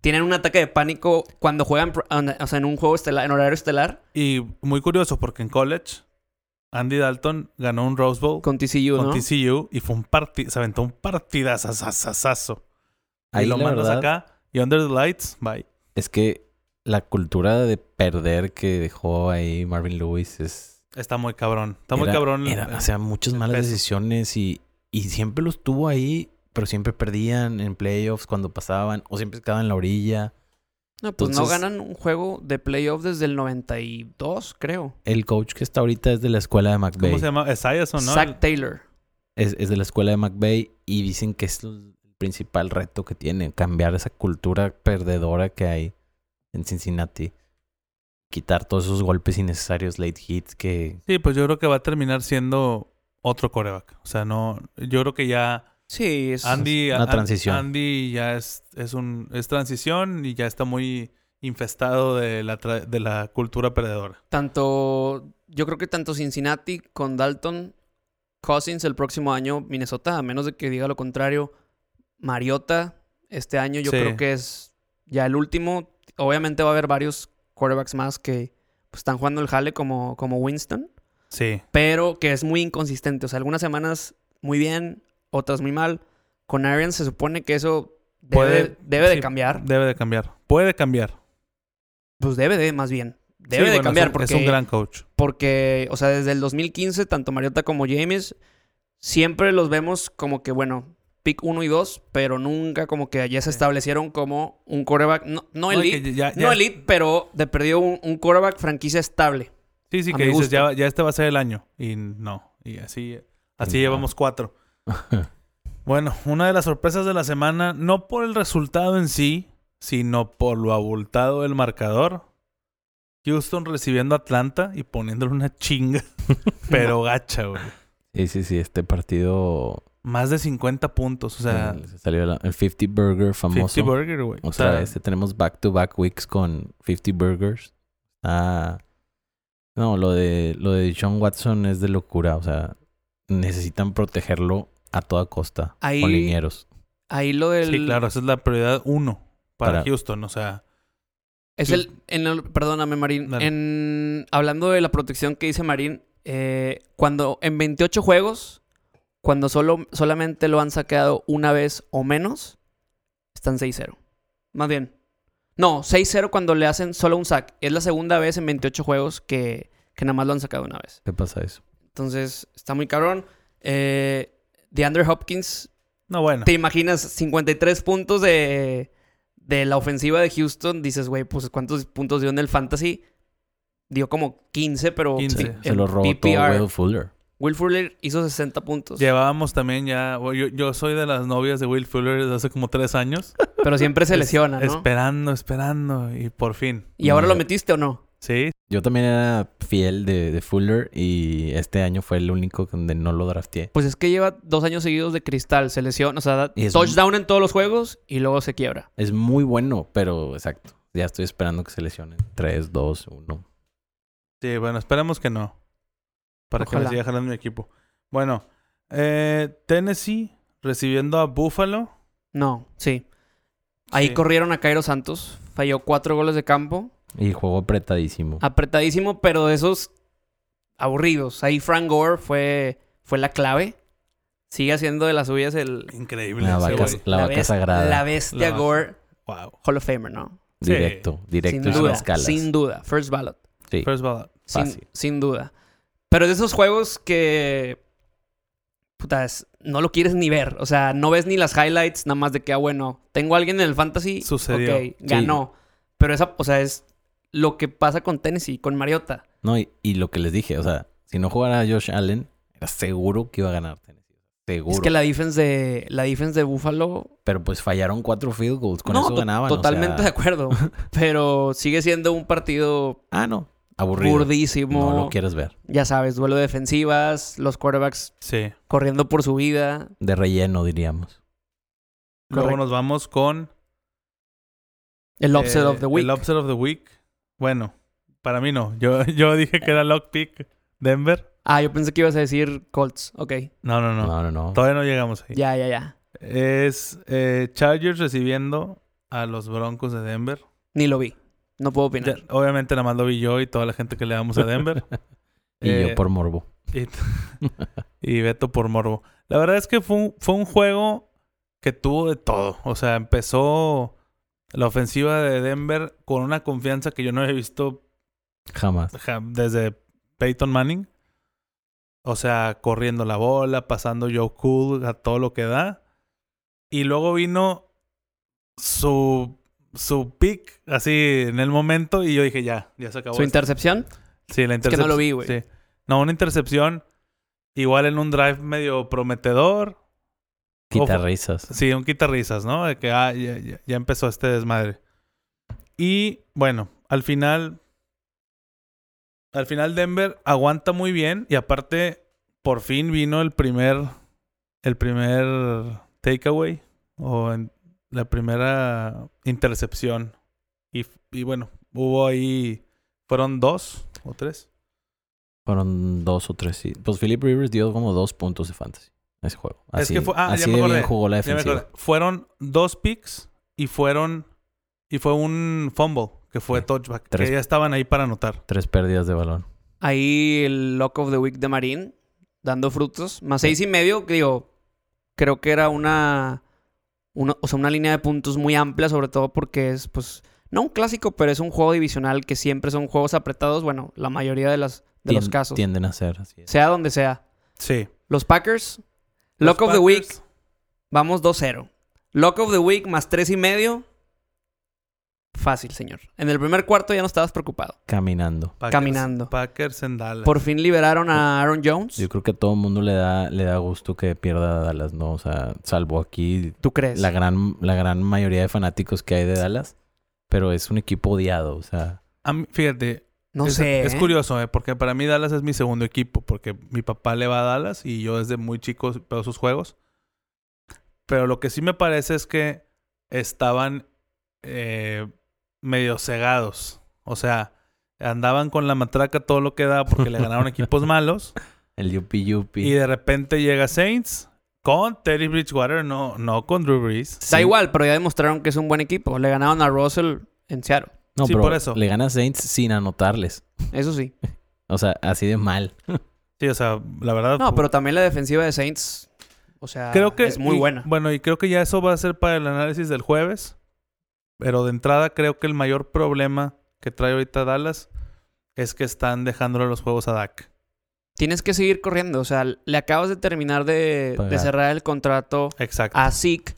S3: tienen un ataque de pánico cuando juegan, pr- en- o sea, en un juego estelar, en horario estelar
S1: Y muy curioso, porque en college, Andy Dalton ganó un Rose Bowl con,
S3: con TCU, ¿no?
S1: TCU y fue un partido, se aventó un partidazazazazazo.
S2: Ahí
S1: y lo
S2: la
S1: mandas
S2: verdad-
S1: acá y under the lights, bye.
S2: Es que la cultura de perder que dejó ahí Marvin Lewis es
S1: Está muy cabrón. Está muy
S2: Era-
S1: cabrón.
S2: era-
S1: eh,
S2: o sea, muchas malas
S1: peso.
S2: decisiones y, y siempre los tuvo ahí, pero siempre perdían en playoffs cuando pasaban o siempre quedaban en la orilla.
S3: No, pues no
S2: Entonces-
S3: ganan un juego de playoff desde el 92, creo.
S2: El coach que está ahorita es de la escuela de McVay.
S1: ¿Cómo se llama? Esiason, ¿no?
S3: Zach Taylor.
S2: Es, es de la escuela de McVay y dicen que es el principal reto que tiene, cambiar esa cultura perdedora que hay en Cincinnati. Quitar todos esos golpes innecesarios, late hits que...
S1: Sí, pues yo creo que va a terminar siendo otro coreback. O sea, no. Yo creo que ya.
S3: Sí, es...
S1: Andy.
S2: una
S1: An-
S2: transición.
S1: Andy ya es, es un. Es transición y ya está muy infestado de la, tra- de la cultura perdedora.
S3: Tanto, yo creo que tanto Cincinnati con Dalton, Cousins el próximo año, Minnesota, a menos de que diga lo contrario, Mariota este año yo
S1: Sí.
S3: creo que es ya el último. Obviamente va a haber varios quarterbacks más que pues, están jugando el jale como, como Winston,
S1: Sí.
S3: pero que es muy inconsistente. O sea, algunas semanas muy bien, otras muy mal. Con Arians se supone que eso debe,
S1: Puede-
S3: debe de
S1: sí,
S3: cambiar.
S1: Debe de cambiar. Puede cambiar.
S3: Pues debe de, más bien. Debe
S1: Sí,
S3: de
S1: bueno,
S3: cambiar
S1: es un,
S3: porque...
S1: es un gran coach.
S3: Porque, o sea, desde el 2015, tanto Mariota como James, siempre los vemos como que, bueno, pick 1 y 2, pero nunca como que ya se
S1: Sí.
S3: establecieron como un quarterback, no,
S1: No,
S3: no
S1: y
S3: elite,
S1: que ya- ya-
S3: no elite, pero de perdido un, un quarterback franquicia estable.
S1: Sí, sí,
S3: a
S1: que
S3: mi
S1: dices,
S3: gusto.
S1: ya, ya este va a ser el año. Y no. Y así, así
S2: Y no.
S1: llevamos cuatro. Bueno, una de las sorpresas de la semana, no por el resultado en sí, sino por lo abultado del marcador. Houston recibiendo a Atlanta y poniéndole una chinga, pero gacha, güey.
S2: sí, sí, sí, este partido...
S1: Más de 50 puntos, o sea,
S2: el- se salió la- el 50 Burger famoso.
S1: 50 burger, güey. O
S2: Otra
S1: sea,
S2: vez este, tenemos back to back weeks con 50 burgers. Ah. No, lo de lo de John Watson es de locura, o sea, necesitan protegerlo a toda costa
S3: Ahí-
S2: con linieros.
S3: Ahí lo del...
S1: sí, claro, esa es la prioridad uno para,
S2: Para-
S1: Houston, o sea,
S3: Es el, en el- perdóname, Marín.
S1: Dale.
S3: En, hablando de la protección que dice Marín, eh, cuando en 28 juegos, cuando solo, solamente lo han saqueado una vez o menos, están 6-0. Más bien. No, 6-0 cuando le hacen solo un sack. Es la segunda vez en 28 juegos que, que nada más lo han sacado una vez.
S2: ¿Qué pasa eso?
S3: Entonces, está muy cabrón. Eh, DeAndre Hopkins
S1: no bueno.
S3: ¿Te imaginas 53 puntos de, de la ofensiva de Houston? Dices, güey, pues ¿cuántos puntos dio en el fantasy? Dio como 15, pero
S1: 15.
S3: pi-
S1: Sí,
S2: Se
S3: en
S2: lo robó todo
S3: PPR.
S2: Will Fuller.
S3: Will Fuller hizo 60 puntos,
S1: Llevábamos también ya, bueno, yo, yo soy de las novias de Will Fuller desde hace como tres años,
S3: pero siempre se
S1: Es-
S3: lesiona, ¿no?
S1: esperando, esperando, y por fin,
S3: ¿Y ahora lo metiste o no?
S1: ¿sí?
S2: Yo también era fiel de, de Fuller y este año fue el único donde no lo drafté.
S3: Pues es que lleva dos años seguidos de cristal, se lesiona, o sea, da
S2: Y es
S3: touchdown en todos los juegos y luego se quiebra.
S2: Es muy bueno, pero exacto. Ya estoy esperando que se lesionen. 3, 2, 1.
S1: Sí, bueno, esperemos que no. Para que
S3: Ojalá.
S1: me siga jalando mi equipo. Bueno, eh, Tennessee recibiendo a Buffalo.
S3: No, sí. Ahí
S1: Sí.
S3: corrieron a Cairo Santos, falló cuatro goles de campo,
S2: Y juego apretadísimo.
S3: Ah, apretadísimo, pero de esos aburridos. Ahí Frank Gore fue, fue la clave. Sigue haciendo de las suyas el...
S1: Increíble.
S2: La
S1: ese
S2: vaca,
S1: güey.
S2: la vaca
S3: bes-
S2: sagrada.
S3: La bestia
S1: La vaca.
S3: Gore
S1: Wow.
S3: Hall of Famer, ¿no?
S1: Sí.
S2: Directo, directo
S3: sin
S2: y sin
S3: duda.
S2: escalas.
S3: Sin duda. First ballot.
S2: Sí.
S1: First ballot.
S2: Fácil.
S3: Sin, sin duda. Pero de esos juegos que... Puta, es- no lo quieres ni ver. O sea, no ves ni las highlights, nada más de que, ah, bueno, tengo a alguien en el fantasy.
S1: Sucedió.
S3: Ok, ganó. Pero esa, o sea, es lo que pasa con Tennessee, con Mariota.
S2: No, y, y lo que les dije, o sea, si no jugara Josh Allen, era seguro que iba a ganar Tennessee. Seguro.
S3: Es que la defense de, la defense de Buffalo
S2: Pero pues fallaron cuatro field goals. Con eso
S3: to-
S2: ganaban. o
S3: Totalmente
S2: sea,
S3: de acuerdo. Pero sigue siendo un partido
S2: Ah, no. Aburrido.
S3: burdísimo.
S2: No lo quieres ver.
S3: ya sabes, duelo de defensivas, los quarterbacks
S1: Sí.
S3: corriendo por su vida.
S2: De relleno, diríamos.
S1: Luego
S3: Correcto.
S1: nos vamos con...
S3: El upset
S1: eh,
S3: of the week.
S1: El upset of the week. Bueno, para mí no. Yo, yo dije que era lock pick Denver.
S3: Ah, yo pensé que ibas a decir Colts. Ok.
S1: No, no, no.
S2: No, no, no.
S1: Todavía no llegamos ahí.
S3: Ya, ya, ya.
S1: Es eh, Chargers recibiendo a los Broncos de Denver.
S3: Ni lo vi. No puedo opinar.
S1: Ya, obviamente nada más lo vi yo y toda la gente que le damos a Denver.
S2: y
S1: Eh,
S2: yo por morbo.
S1: Y, y Beto por morbo. La verdad es que fue un, fue un juego que tuvo de todo. O sea, empezó La ofensiva de Denver con una confianza que yo no había visto
S2: Jamás.
S1: ja- desde Peyton Manning. O sea, corriendo la bola, pasando Joe Cool a todo lo que da. Y luego vino su, su pick así en el momento y yo dije, ya, ya se acabó.
S3: ¿Su
S1: esto".
S3: intercepción?
S1: Sí, la
S3: que no
S1: intercep-
S3: lo vi, güey.
S1: sí. No, una intercepción igual en un drive medio prometedor.
S2: Quita
S1: Ojo.
S2: risas.
S1: Sí, un quitarrisas, ¿no? De que ah, ya, ya- ya empezó este desmadre. Y bueno, al final. Al final Denver aguanta muy bien. Y aparte, por fin vino el primer. El primer takeaway. O en- la primera intercepción. Y, f- y bueno, hubo ahí. Fueron dos o tres.
S2: Fueron dos o tres. Sí. Pues Philip Rivers dio como dos puntos de fantasy a ese juego.
S1: Es
S2: Así,
S1: que fue- ah, ya
S2: así
S1: me
S2: de
S1: acordé.
S2: bien jugó
S1: Ya
S2: la
S1: me
S2: defensiva.
S1: acordé. Fueron dos picks y fueron. Y fue un fumble, que fue
S2: Sí.
S1: touchback,
S2: Tres.
S1: que ya estaban ahí para anotar.
S2: Tres pérdidas de balón.
S3: Ahí el Lock of the Week de Marín, dando frutos. Más seis y medio, que digo, creo que era una, una- o sea, una línea de puntos muy amplia, sobre todo porque es, pues, no un clásico, pero es un juego divisional que siempre son juegos apretados, bueno, la mayoría de, las, de los
S2: Tien-
S3: casos,
S2: Tienden a ser. Así es.
S3: sea donde sea.
S1: Sí.
S3: Los Packers, Lock of
S1: Los
S3: the Week,
S1: Packers,
S3: vamos 2-0. Lock of the Week más tres y medio. Fácil, señor. En el primer cuarto ya no estabas preocupado.
S2: Caminando.
S1: Packers-
S3: Caminando.
S1: Packers en Dallas.
S3: Por fin liberaron a Aaron Jones.
S2: Yo creo que a todo el mundo le da, le da gusto que pierda Dallas, ¿no? O sea, salvo aquí
S3: ¿Tú crees?
S2: la gran, la gran mayoría de fanáticos que hay de Dallas. Pero es un equipo odiado, o sea.
S1: A mí- fíjate,
S3: No
S1: es,
S3: sé.
S1: es
S3: ¿eh?
S1: curioso, ¿eh? porque para mí Dallas es mi segundo equipo, porque mi papá le va a Dallas y yo desde muy chico veo sus juegos. Pero lo que sí me parece es que estaban eh, medio cegados. O sea, andaban con la matraca todo lo que da porque le ganaron equipos malos.
S2: El yupi yupi.
S1: Y de repente llega Saints con Terry Bridgewater, no, no con Drew Brees.
S3: Da igual, pero ya demostraron que es un buen equipo. Le ganaron a Russell en Seattle.
S2: No,
S1: Sí,
S2: pero
S1: por eso.
S2: le gana a Saints sin anotarles.
S3: Eso sí.
S2: O sea, así de mal.
S1: Sí, o sea, la verdad.
S3: No,
S1: fue-
S3: pero también la defensiva de Saints, o sea,
S1: creo que
S3: es muy
S1: y-
S3: buena.
S1: Bueno, y creo que ya eso va a ser para el análisis del jueves. Pero de entrada creo que el mayor problema que trae ahorita Dallas es que están dejándole los juegos a Dak.
S3: Tienes que seguir corriendo. O sea, le acabas de terminar de,
S2: Pagar.
S3: de cerrar el contrato
S1: Exacto.
S3: a Zeke.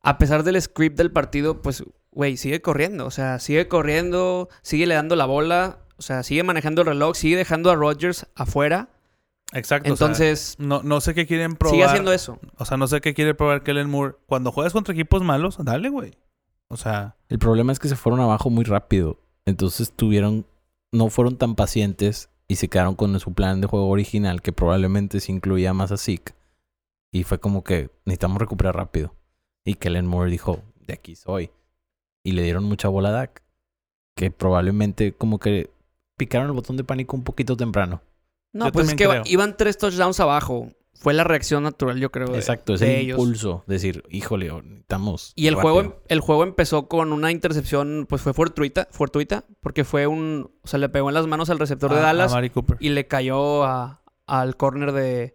S3: A pesar del script del partido, pues, güey, sigue corriendo. O sea, sigue corriendo, sigue le dando la bola. O sea, sigue manejando el reloj, sigue dejando a Rodgers afuera.
S1: Exacto. o sea,
S3: Entonces,
S1: no, no sé qué quieren probar.
S3: sigue haciendo eso.
S1: O sea, no sé qué quiere probar Kellen Moore. Cuando juegas contra equipos malos, dale, güey. O sea,
S2: El problema es que se fueron abajo muy rápido. Entonces tuvieron, no fueron tan pacientes y se quedaron con su plan de juego original que probablemente se incluía más a Zeke. Y fue como que necesitamos recuperar rápido. Y Kellen Moore dijo, de aquí soy. Y le dieron mucha bola a Dak. Que probablemente como que picaron el botón de pánico un poquito temprano.
S3: No,
S1: Yo
S3: pues es
S1: también
S3: que
S1: creo.
S3: iban tres touchdowns abajo. Fue la reacción natural, yo creo. de-
S2: Exacto,
S3: de,
S2: ese
S3: ellos.
S2: impulso. Decir, híjole, oh, necesitamos.
S3: Y el
S2: rápido".
S3: juego, em, el juego empezó con una intercepción, pues fue fortuita, fortuita, porque fue un. O sea, le pegó en las manos al receptor de
S1: a- a
S3: Dallas
S1: Mari Cooper.
S3: y le cayó a- al corner de,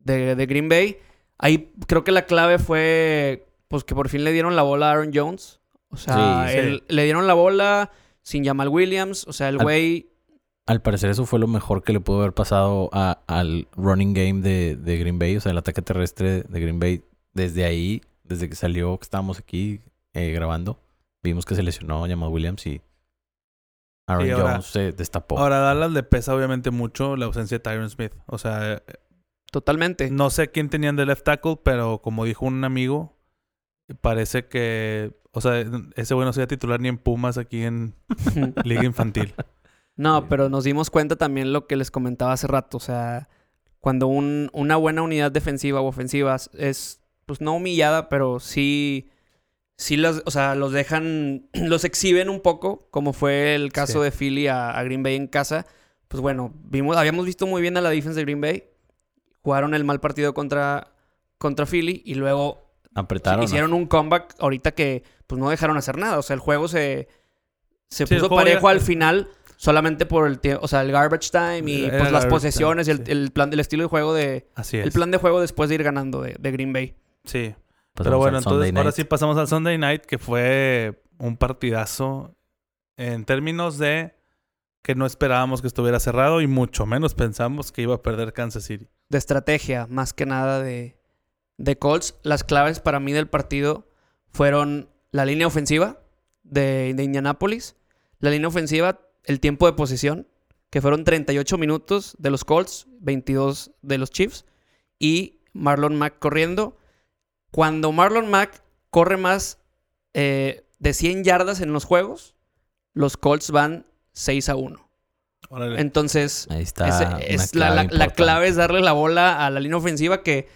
S3: de, de Green Bay. Ahí creo que la clave fue pues que por fin le dieron la bola a Aaron Jones. O sea,
S1: Sí, sí.
S3: él- le dieron la bola sin Jamal Williams. O sea, el
S2: Al-
S3: güey.
S2: Al parecer eso fue lo mejor que le pudo haber pasado a- al running game de, de Green Bay, o sea, el ataque terrestre de Green Bay. Desde ahí, desde que salió, que estábamos aquí eh, grabando, vimos que se lesionó Jamal Williams y Aaron
S1: Sí, ahora-
S2: Jones se destapó.
S1: Ahora, a Dallas le pesa obviamente mucho la ausencia de Tyron Smith. O sea, eh,
S3: Totalmente.
S1: no sé quién tenían de left tackle, pero como dijo un amigo, parece que. O sea, ese güey no sería titular ni en Pumas aquí en Liga Infantil.
S2: Sí.
S3: No, pero nos dimos cuenta también lo que les comentaba hace rato. O sea, cuando un- una buena unidad defensiva o ofensiva es, pues no humillada, pero sí, sí las, o sea, los dejan, los exhiben un poco, como fue el caso
S1: Sí.
S3: de Philly a, a Green Bay en casa. Pues bueno, vimos, habíamos visto muy bien a la defensa de Green Bay. Jugaron el mal partido contra, contra Philly y luego
S2: Apretaron.
S3: hicieron un comeback ahorita que pues no dejaron hacer nada. O sea, el juego se, se
S1: Sí, el
S3: puso
S1: juego
S3: parejo
S1: ya-
S3: al final solamente por el tiempo, o sea, el garbage time y
S1: Era
S3: pues las
S1: garbage
S3: posesiones,
S1: time,
S3: el,
S1: sí.
S3: el plan, el estilo de juego de,
S1: Así es.
S3: el plan de juego después de ir ganando de, de Green Bay.
S1: Sí.
S2: Pasamos
S1: Pero bueno,
S2: al Sunday
S1: entonces ahora
S2: night.
S1: sí pasamos al Sunday night, que fue un partidazo en términos de que no esperábamos que estuviera cerrado y mucho menos pensamos que iba a perder Kansas City.
S3: de estrategia, más que nada de, de Colts. Las claves para mí del partido fueron la línea ofensiva de, de Indianapolis, la línea ofensiva, el tiempo de posesión, que fueron 38 minutos de los Colts, 22 de los Chiefs, y Marlon Mack corriendo. Cuando Marlon Mack corre más eh, de 100 yardas en los juegos, los Colts van 6 a 1.
S1: Órale.
S3: Entonces,
S2: Ahí está.
S3: ese- es
S2: una
S3: la, la- la
S2: importante.
S3: clave es darle la bola a la línea ofensiva que,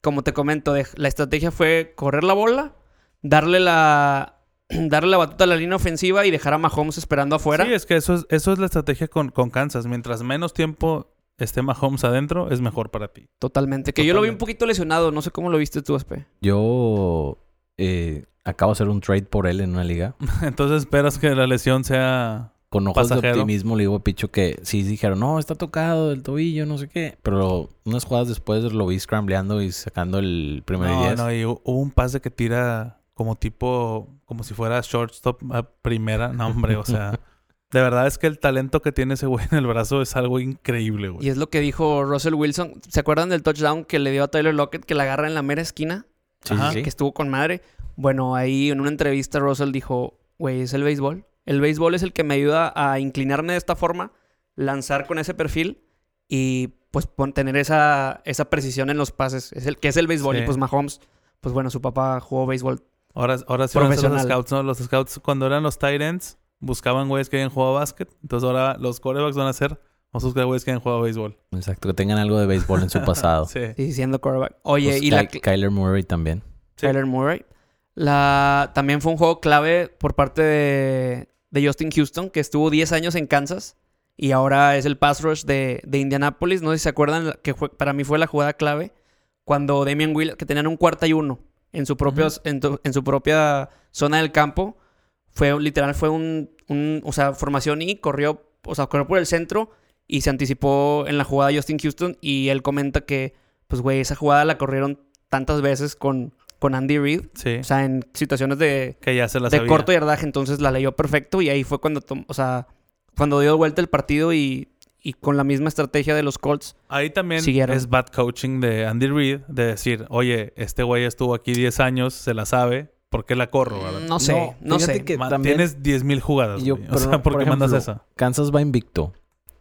S3: como te comento, de- la estrategia fue correr la bola, darle la, darle la batuta a la línea ofensiva y dejar a Mahomes esperando afuera.
S1: Sí, es que eso es, eso es la estrategia con, con Kansas. Mientras menos tiempo esté Mahomes adentro, es mejor para ti.
S3: Totalmente. Que yo lo vi un
S1: Totalmente.
S3: poquito lesionado. No sé cómo lo viste tú, Aspe.
S2: Yo eh, acabo de hacer un trade por él en una liga.
S1: Entonces esperas que la lesión sea...
S2: Con ojos
S1: Pasajero.
S2: de optimismo le digo a Picho que sí dijeron, no, está tocado el tobillo, no sé qué. Pero unas jugadas después lo vi scrambleando y sacando el primer
S1: No,
S2: 10.
S1: no, y hu- hubo un pase que tira como tipo... Como si fuera shortstop a primera. No, hombre, o sea... De verdad es que el talento que tiene ese güey en el brazo es algo increíble, güey.
S3: Y es lo que dijo Russell Wilson. ¿Se acuerdan del touchdown que le dio a Tyler Lockett que la agarra en la mera esquina?
S2: Sí,
S1: Ajá.
S2: sí,
S3: Que
S2: sí.
S3: estuvo con madre. Bueno, ahí en una entrevista Russell dijo, güey, es el béisbol. El béisbol es el que me ayuda a inclinarme de esta forma, lanzar con ese perfil y pues pon- tener esa, esa precisión en los pases. Es el que es el béisbol
S1: Sí.
S3: y pues Mahomes, pues bueno, su papá jugó béisbol.
S1: Ahora, ahora sí van a ser los
S3: Profesional.
S1: scouts, ¿no? Los scouts cuando eran los tight ends buscaban güeyes que hayan jugado básquet. Entonces ahora los corebacks van a ser... Vamos a buscar güeyes que hayan jugado béisbol.
S2: Exacto, que tengan algo de béisbol en su pasado.
S1: Sí.
S3: Sí, siendo quarterback. Oye,
S2: Pues
S3: y la
S2: Ky- Kyler Murray también.
S1: Sí.
S3: Kyler Murray. La, también fue un juego clave por parte de, de Justin Houston, que estuvo 10 años en Kansas y ahora es el pass rush de, de Indianapolis. No sé si se acuerdan la- que fue- para mí fue la jugada clave cuando Damian Will, que tenían un cuarta y uno en su, propio, en, tu- en su propia zona del campo, fue literal, fue un, un- o sea, formación y corrió, o sea, corrió por el centro y se anticipó en la jugada Justin Houston y él comenta que, pues, güey, esa jugada la corrieron tantas veces con, con Andy Reid,
S1: Sí.
S3: o sea, en situaciones de,
S1: que ya se las
S3: de corto yardaje, entonces la leyó perfecto y ahí fue cuando, tom- o sea, cuando dio vuelta el partido y, y con la misma estrategia de los Colts.
S1: Ahí también
S3: Siguieron.
S1: es bad coaching de Andy Reid de decir, oye, este güey estuvo aquí 10 años, se la sabe, ¿por qué la corro? verdad?
S3: No sé, no,
S2: fíjate
S3: sé.
S2: que
S1: Ma-
S2: también-
S1: Tienes 10.000 jugadas.
S2: Y yo,
S1: güey. o
S2: pero,
S1: sea, ¿por,
S2: por
S1: qué mandas
S2: ejemplo,
S1: esa?
S2: Kansas va invicto.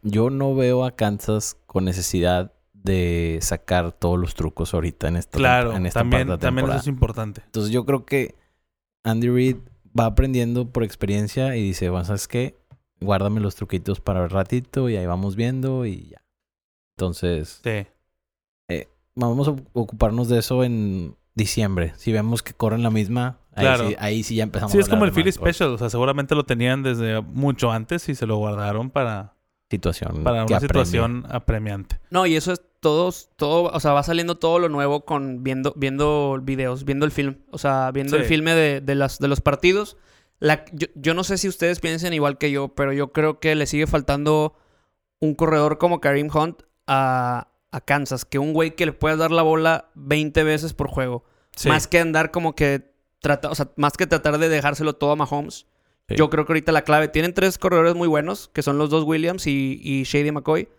S2: Yo no veo a Kansas con necesidad de sacar todos los trucos ahorita en esta,
S1: Claro,
S2: en esta parte de
S1: también,
S2: la
S1: también eso
S2: temporada.
S1: es importante.
S2: Entonces yo creo que Andy Reid va aprendiendo por experiencia y dice, bueno, ¿sabes qué? Guárdame los truquitos para el ratito y ahí vamos viendo y ya. Entonces,
S1: Sí.
S2: vamos a ocuparnos de eso en diciembre. Si vemos que corren la misma, ahí,
S1: Claro.
S2: sí, ahí sí ya empezamos
S1: Sí,
S2: a
S1: es como
S2: hablar
S1: el
S2: de
S1: Philly
S2: más cosas.
S1: Special, o sea, seguramente lo tenían desde mucho antes y se lo guardaron para,
S2: situación
S1: para
S2: que
S1: una
S2: apremia.
S1: situación apremiante.
S3: No, y eso es todo, todo, o sea, va saliendo todo lo nuevo con viendo, viendo videos, viendo el film, o sea, viendo
S1: Sí.
S3: el filme de, de las, de los partidos. La, yo, yo no sé si ustedes piensen igual que yo, pero yo creo que le sigue faltando un corredor como Karim Hunt a, a Kansas, que un güey que le pueda dar la bola 20 veces por juego.
S1: Sí.
S3: Más que andar como que trata, o sea, más que tratar de dejárselo todo a Mahomes.
S2: Sí.
S3: Yo creo que ahorita la clave. Tienen tres corredores muy buenos, que son los dos Williams y, y Shady McCoy.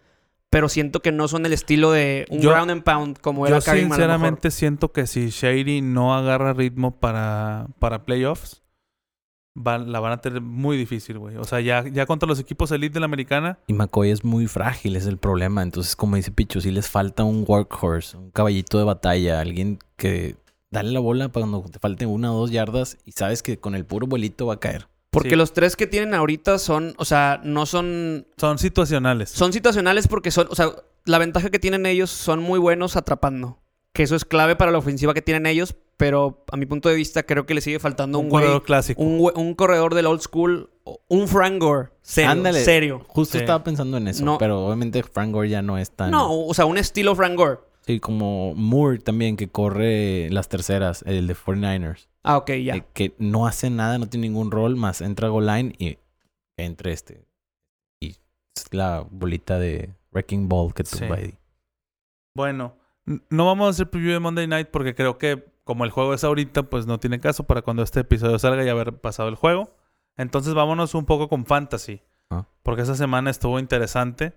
S3: Pero siento que no son el estilo de un
S1: Yo-
S3: round and pound como
S1: Yo
S3: era Karim a lo mejor.
S1: sinceramente siento que si Shady no agarra ritmo para, para playoffs, va- la van a tener muy difícil, güey. O sea, ya, ya contra los equipos elite de la americana,
S2: Y McCoy es muy frágil, es el problema. Entonces, como dice Pichu, sí les falta un workhorse, un caballito de batalla, alguien que dale la bola para cuando te falten una o dos yardas y sabes que con el puro vuelito va a caer.
S3: Porque
S1: Sí.
S3: los tres que tienen ahorita son, o sea, no son
S1: son situacionales.
S3: Son situacionales porque son, o sea, la ventaja que tienen ellos son muy buenos atrapando. Que eso es clave para la ofensiva que tienen ellos, pero a mi punto de vista creo que le sigue faltando
S1: un
S3: un, güey-
S1: corredor clásico.
S3: un, güey- un corredor del old school, o- un Frank Gore, serio,
S2: Ándale.
S3: serio.
S2: Justo
S1: Sí.
S2: estaba pensando en eso,
S3: No.
S2: pero obviamente Frank Gore ya no es tan...
S3: No, o sea, un estilo Frank Gore.
S2: Sí, como Moore también, que corre las terceras, el de 49ers.
S3: Ah, ok, ya.
S2: eh, que no hace nada, no tiene ningún rol, más entra goal line y entre este. Y es la bolita de Wrecking Ball que
S1: Sí.
S2: tumba ahí.
S1: Bueno, n- no vamos a hacer preview de Monday Night porque creo que como el juego es ahorita, pues no tiene caso para cuando este episodio salga y haber pasado el juego. Entonces vámonos un poco con Fantasy.
S2: Ah.
S1: Porque esa semana estuvo interesante.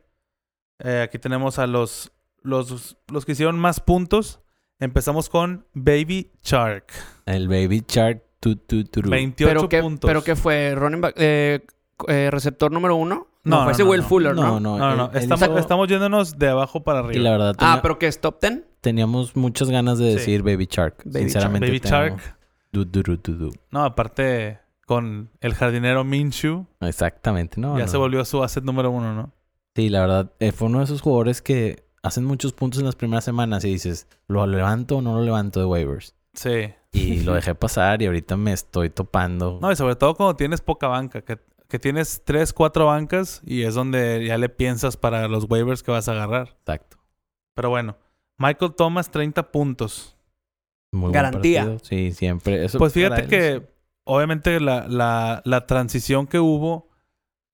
S1: Eh, aquí tenemos a los, los, los que hicieron más puntos. Empezamos con Baby Shark.
S2: El Baby Shark tu, tu, tu, ru.
S1: 28
S3: Pero que,
S1: puntos.
S3: pero que fue running back, eh, eh, receptor número uno.
S1: No,
S3: No,
S1: no,
S3: fue ese
S1: no,
S3: Will
S1: no.
S3: Fuller, ¿no?
S2: No,
S1: No,
S2: no,
S1: no, no.
S2: él- él
S1: Estamos,
S2: hizo-
S1: estamos yéndonos de abajo para
S2: Y la
S1: arriba.
S2: verdad,
S3: Ah,
S2: tenía-
S3: pero que es top ten.
S2: teníamos muchas ganas de
S1: Sí.
S2: decir Baby Shark.
S3: Baby
S2: sinceramente.
S1: Baby
S2: tengo-
S1: Shark.
S2: Du, du, ru, du, du.
S1: No, aparte con el jardinero Minshu.
S2: Exactamente, ¿no?
S1: ya
S2: no.
S1: se volvió su asset número uno, ¿no?
S2: Sí, la verdad, eh, fue uno de esos jugadores que hacen muchos puntos en las primeras semanas y dices, ¿lo levanto o no lo levanto de waivers?
S1: Sí.
S2: Y lo dejé pasar y ahorita me estoy topando.
S1: No, y sobre todo cuando tienes poca banca, que, que tienes tres, cuatro bancas y es donde ya le piensas para los waivers que vas a agarrar.
S2: Exacto.
S1: Pero bueno, Michael Thomas, 30 puntos.
S2: Muy buen
S3: Garantía.
S2: partido. Sí, siempre. Eso
S1: Pues
S2: para
S1: fíjate
S2: él
S1: que
S2: es-
S1: obviamente la, la- la transición que hubo,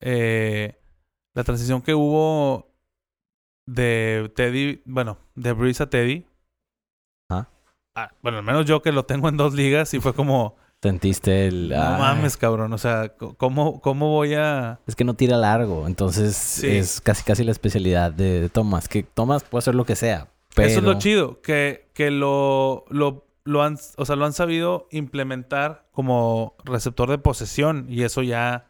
S1: eh, la transición que hubo de Teddy, bueno, de Breeze a Teddy.
S2: Ajá.
S1: Ah, bueno, al menos yo que lo tengo en dos ligas y fue como,
S2: Sentiste el...
S1: no
S2: ah,
S1: mames, cabrón, o sea, co- ¿cómo, cómo voy a...
S2: Es que no tira largo, entonces es casi casi la especialidad de, de Thomas. Que Thomas puede hacer lo que sea, pero...
S1: Eso es lo chido, que, que lo, lo, lo han, o sea, lo han sabido implementar como receptor de posesión y eso ya